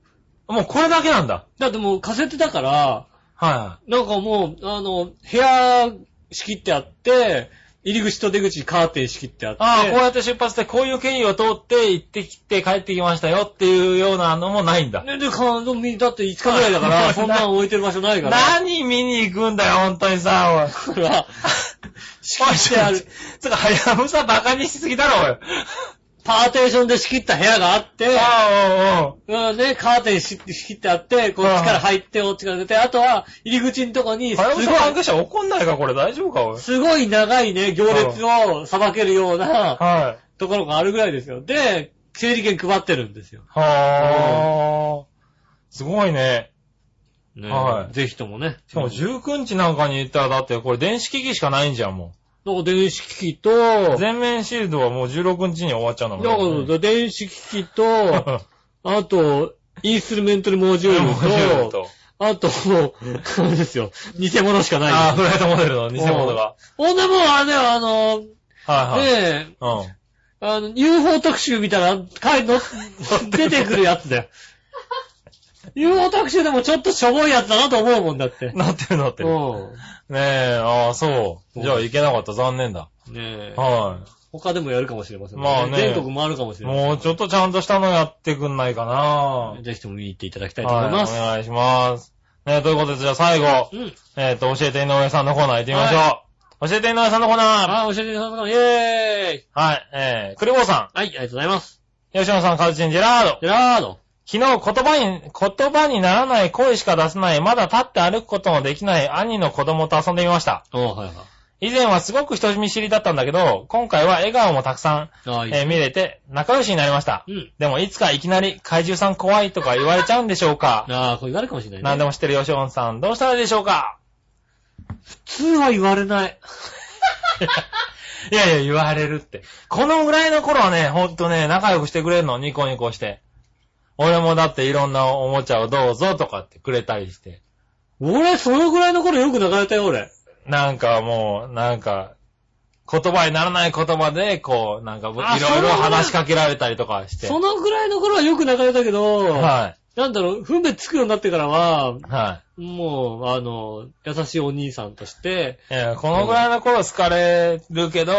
もうこれだけなんだ。だってもうカセットだから、はなんかもう、あの、部屋仕切ってあって、入り口と出口カーテン仕切ってあっい。て、ああ、こうやって出発して、こういう経緯を通って行ってきて帰ってきましたよっていうようなのもないんだ。ね、で、か、でもみだって5日ぐらいだから、そんなん置いてる場所ないから。何見に行くんだよ、本当にさ、おい。 (laughs) ほら、仕切っ (laughs) てある、つか、はやぶさバカにしすぎだろ、おい。パーテーションで仕切った部屋があって、ああ、おうおう。うん、ね、カーテンし仕切ってあって、こっちから入って、こっちから出て、あとは、入り口のとこに、すはやぶさ関ごい、係者怒んないか、これ大丈夫か、おい。すごい長いね、行列をさばけるようなはい。ところがあるぐらいですよ。で、整理券配ってるんですよ。はあ、すごいね。ね、はいぜひともね。しかも19日なんかに行ったら、だってこれ電子機器しかないんじゃん、もなんか電子機器と、う。だか全面シールドはもう16日に終わっちゃうんだもんね。ら電子機器 (laughs) と、あと、インストゥルメントルモジュ (laughs) ールと、。あと、そうですよ。偽物しかああ、ない。フライトモデルの偽物が。ほんでもうあれだよ、あの、はいはい。ねえ、うん。あの、UFO 特集みたいな、回 (laughs) の、出てくるやつだよ。UFO 特集でもちょっとしょぼいやつだなと思うもんだって。なってるなってうる。ねえ、ああ、そう。そうじゃあ行けなかった、残念だ。ん。ねえ。は他でもやるかもしれません、まあね全国もあるかもしい。れません。もうちょっとちゃんとしたのやってくんないかな。はい、ぜひとも見に行っていただきたいおと思います。願いします。ねえ、ということで、じゃあ最後、うん。えっ、と、教えて井上さんのコーナー行ってみましょう。教えて井上さんのコーナあ、ー。教えてください。イェーイはい、えー、クリボーさはい、ありがとうございます。ん、吉野さん、カズチン、ジェラード。ジェラード。昨日、言葉に、言葉にならない声しか出せない、まだ立って歩くことのできない兄の子供と遊んでみました。おはいはい。以前はすごく人見知りだったんだけど、今回は笑顔もたくさああ、ん、いいえー見れて、仲良しになりました。うん。でも、いつかいきなり、怪獣さん怖いとか言われちゃうんでしょうかああ、これ誰かもしれないね。何でも知ってる吉野さん、どうしたらいいでしょうか普通は言われない。 (laughs) いやいや、言われるって。このぐらいの頃はね、ほんとね、仲良くしてくれるの、ニコニコして。俺もだっていろんなおもちゃをどうぞとかってくれたりして。俺、そのぐらいの頃よく泣かれたよ、俺。なんかもう、なんか、言葉にならない言葉で、こう、なんか、いあろいろそんな話しかけられたりとかして。そのぐらいの頃はよく泣かれたけど、はなんだろう、分別つくようになってからは、い。はもう、あの、優しいお兄さんとして、い。いや、このぐらいの頃好かれるけど、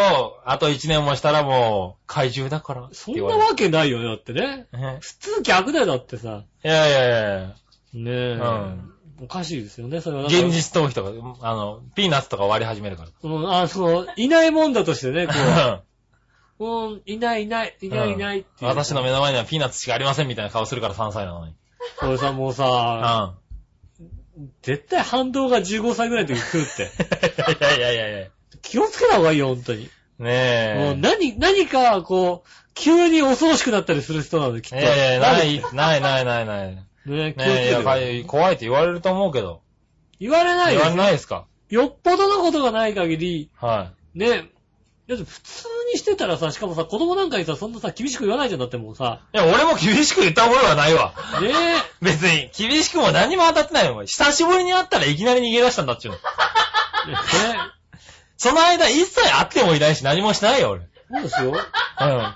あと一年もしたらもう、怪獣だからってそん言なわれる。わけないよね、だってね。ね普通逆だよ、だってさ。いやいやいやいねえ。うんおかしいですよね、それはや。だから。現実逃避とか、あの、ピーナッツとか割り始めるかうん、あ、そう、い (laughs) ないもんだとしてね、こら。うんう。う (laughs) ん、いないいない、いないいないっていう。私の目の前にはピーナッツしかありませんみたいな顔するから3歳なのに。これさ、もううん。 (laughs) いさ、絶対反動が15歳ぐらいの時に来るって。 (laughs) やいやいやいや。気をつけた方がいいよ、本当に。もうね何、何か、こう、急に恐ろしくなったりする人なんで、きっえ。と。いやいや、なねい、ないないないない。ねえ、気をつえ、いけやてかよ。い怖いって言われると思うけど。言われない言ですわれよ。ないですかよっぽどのことがない限り、はねえ、だって普通にしてたらさ、しかもさ、子供なんかにさ、そんなさ、厳しく言わないじゃんだってもうさ、い。いや、俺も厳しく言った覚えはないわ。ねえ、別に、厳しくも何も当たってないよ。久しぶりに会ったらいきなり逃げ出したんだっちゅうの。ねその間一切会ってもいないし何もしないよ、俺。え、そうですよ。うん。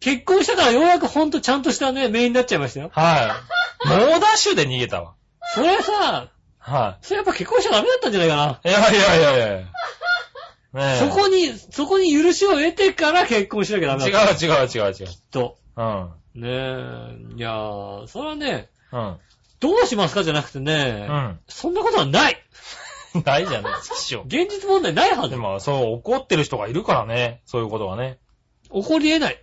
結婚したからようやくほんとちゃんとしたね、メインになっちゃいましたよ。はい。猛ダッシュで逃げたわ。それさ、はそれやっぱ結婚しちゃダメだったんじゃないかな。い。いやいやいやいや。ねえ。そこに、そこに許しを得てから結婚しなきゃダメだ違うった。違う違う違う。と。うん。ねえ、いやー、それはね、うん。どうしますかじゃなくてね、うそんなことはない。ん。ないじゃないですか、師匠。現実問題ないはでず。も、そう、怒ってる人がいるからね。そういうことはね。 (laughs) 起こり得ない。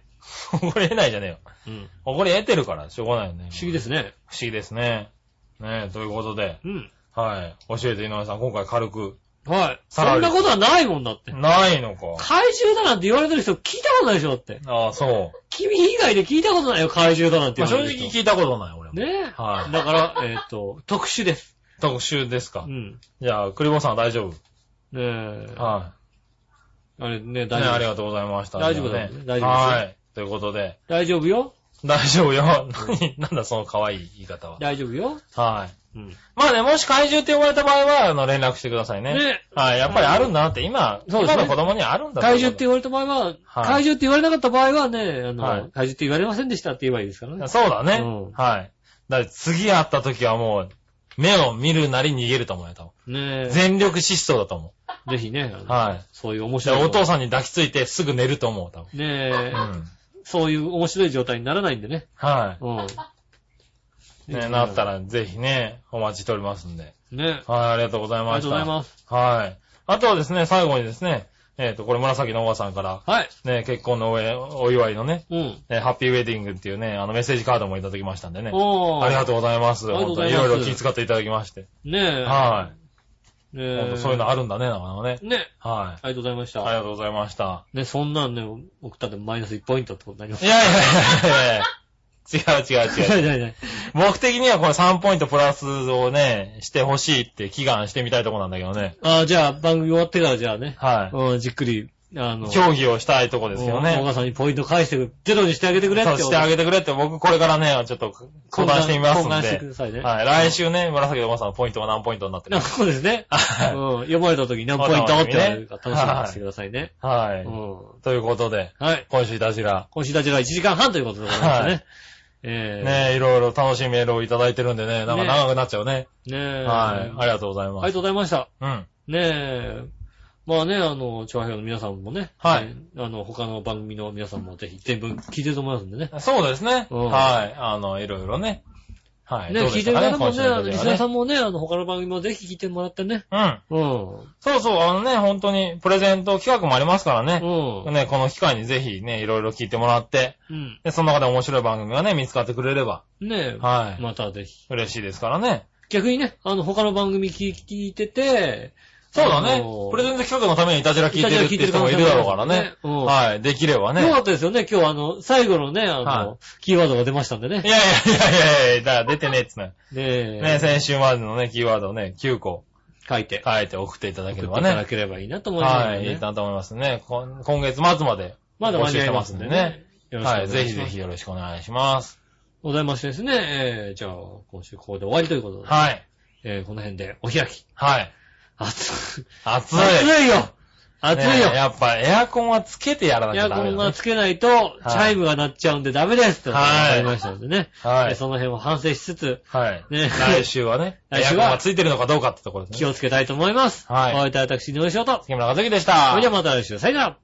怒り得ないじゃねえよ。うん。怒り得てるから、しょうがないよね。不思議ですね。不思議ですね。ねえ、ということで。うん。はい。教えて井上さん、今回軽く。はい。さらそんになことはないもんだって。ないのか。怪獣だなんて言われてる人聞いたことないでしょだって。ああ、そう。君以外で聞いたことないよ、怪獣だなんてまあ言正われてる直人。聞いたことない、俺も。ねえ。はいだから、えっ、と、 (laughs) 特殊です。特集ですうか。ん。じゃあ、クリボーさんは大丈夫。ねえ。はあれね、い。ね大あり丈夫。がとうございました。大丈夫だねよ。大丈夫ですよはい。ということで。大丈夫よ。大丈夫よ。何、 (laughs) なんだその可愛い言い方は。大丈夫よ。はい。うん。まあね、もし怪獣って呼ばれた場合は、あの、連絡してくださいね。ねはい、やっぱりあるんだなって、今、そうですね今の子供にはあるんだ怪獣ってい言うわれた場合は、怪獣って言われなかった場合はね、あの、はい怪獣って言われませんでしたって言えばいいですからねこと。。そうだね。うんはい。だって次会った時はもう、目を見るなり逃げると思うよ、多ね分。え。全力疾走だと思ぜひね、あう。のはそういう面い。で白い。お父さんに抱きついてすぐ寝ると思う、多分。ねえ、うん。そういう面白い状態にならないんでね。は (laughs) うん。い。ね、なった。らぜひね、お待ちしておりますんで。ねはい、ありがとうございありまがしとた。うございます。はい。あとはですね、最後にですね、えっ、と、これ紫のおばさんから、はい。ね、結婚のおえお祝いのね、うん。ねハッピーウェディングっていうね、あのメッセージカードもいただきましたんでね。おー。ありがとうございます。ありがとう本ござ当にいいますろいろ気遣っていただきまして。う。ねえ。はねい。え本当そういうのあるんだね、なかなかね。ねはい。ありがとうございましありた。がとうございました。ね、そんなんね、送ったってマイナス1ポイントってことになりまいす。 (laughs) やいやいやいや違う違ういや (laughs) 違う。いやいや。僕的にはこれ3ポイントプラスをね、してほしいって祈願してみたいとこなんだけどね。ああ、じゃあ、番組終わってからじゃあね、はうん、じっくり、あの、い。競技をしたいとこですよね。お母さんにポイント返して、ゼロにしてあげてくれってそうしてあげてくれって、僕これからね、ちょっと相談してみますん懇願してくで。ださいね。はい。来週ね、紫のおばさんのポイントが何ポイントになってるなんかそうですね。はいうん。読まれた時に何ポイントってあるか楽しみにしてくださいね。はうい。ん。ということで、はい。今週いたしら、今週たちが1時間半ということでございますはね。ええ。ねいろいろ楽しいメールをいただいてるんでね、なんか長くなっちゃうね。ねえ。はい。あありがとうございりまがす。とうございました。うん。ねえ。まあね、あの、調和表の皆さんもね。はいね。あの、他の番組の皆さんもぜひ全部聞いてると思いますんでね。そうですね。うんはい。あの、いろいろね。はい。ね、どう聞でいしてるたか方も今ね、週あのの、旅リはスナーさんもね、あの、他の番組もぜひ聞いてもらってね。うん。うん。そうそう、あのね、本当に、プレゼント企画もありますからうね。ん。ね、この機会にぜひね、いろいろ聞いてもらって、うん。で、その中で面白い番組がね、見つかってくれれば、ねはえ。い。またぜひ。嬉しいですからね。逆にね、あの、他の番組聞聞いてて、そうだあねのー。プレゼント企画のためにいたじら聞いてるって人もいるだろうからね。うん。はい。できればね。いよやかいったですよね、今日あの、最後のね、あの、はいキーワードが出ましたんでね。ねやいやいやいや、だから出てねえっつうのよ (laughs) え。ね、先週までのね、キーワードをね、9個書いて。書いて送っていただけれ送ってばいただね。ければいいなと思いますはのい。でいいね。なと思いますね。こん今月末まで。まだ間に合いますんでね。。よろしくおは願い。いします。ぜひぜひ。よろしくお願いします。ございましてですね、えー、じゃあ、今週ここで終わりということで、はい。えー、この辺でお開き。はい。暑い。 (laughs) 暑い。暑いよ暑いねよやっぱエアコンはつけてやらなきエゃアダコメンだがね。つけないと、チャイムが鳴っちゃうんでダメですってことが分かりましたんでね。はえーい。その辺を反省しつつ、 (laughs) はい。ね来週はね、エ来アコ週ンはがついてるのかどうかってところです気ね。をつけたいと思います。はいお会いいたい私、井上翔と。杉村和樹でした。それではまた来週、さよなら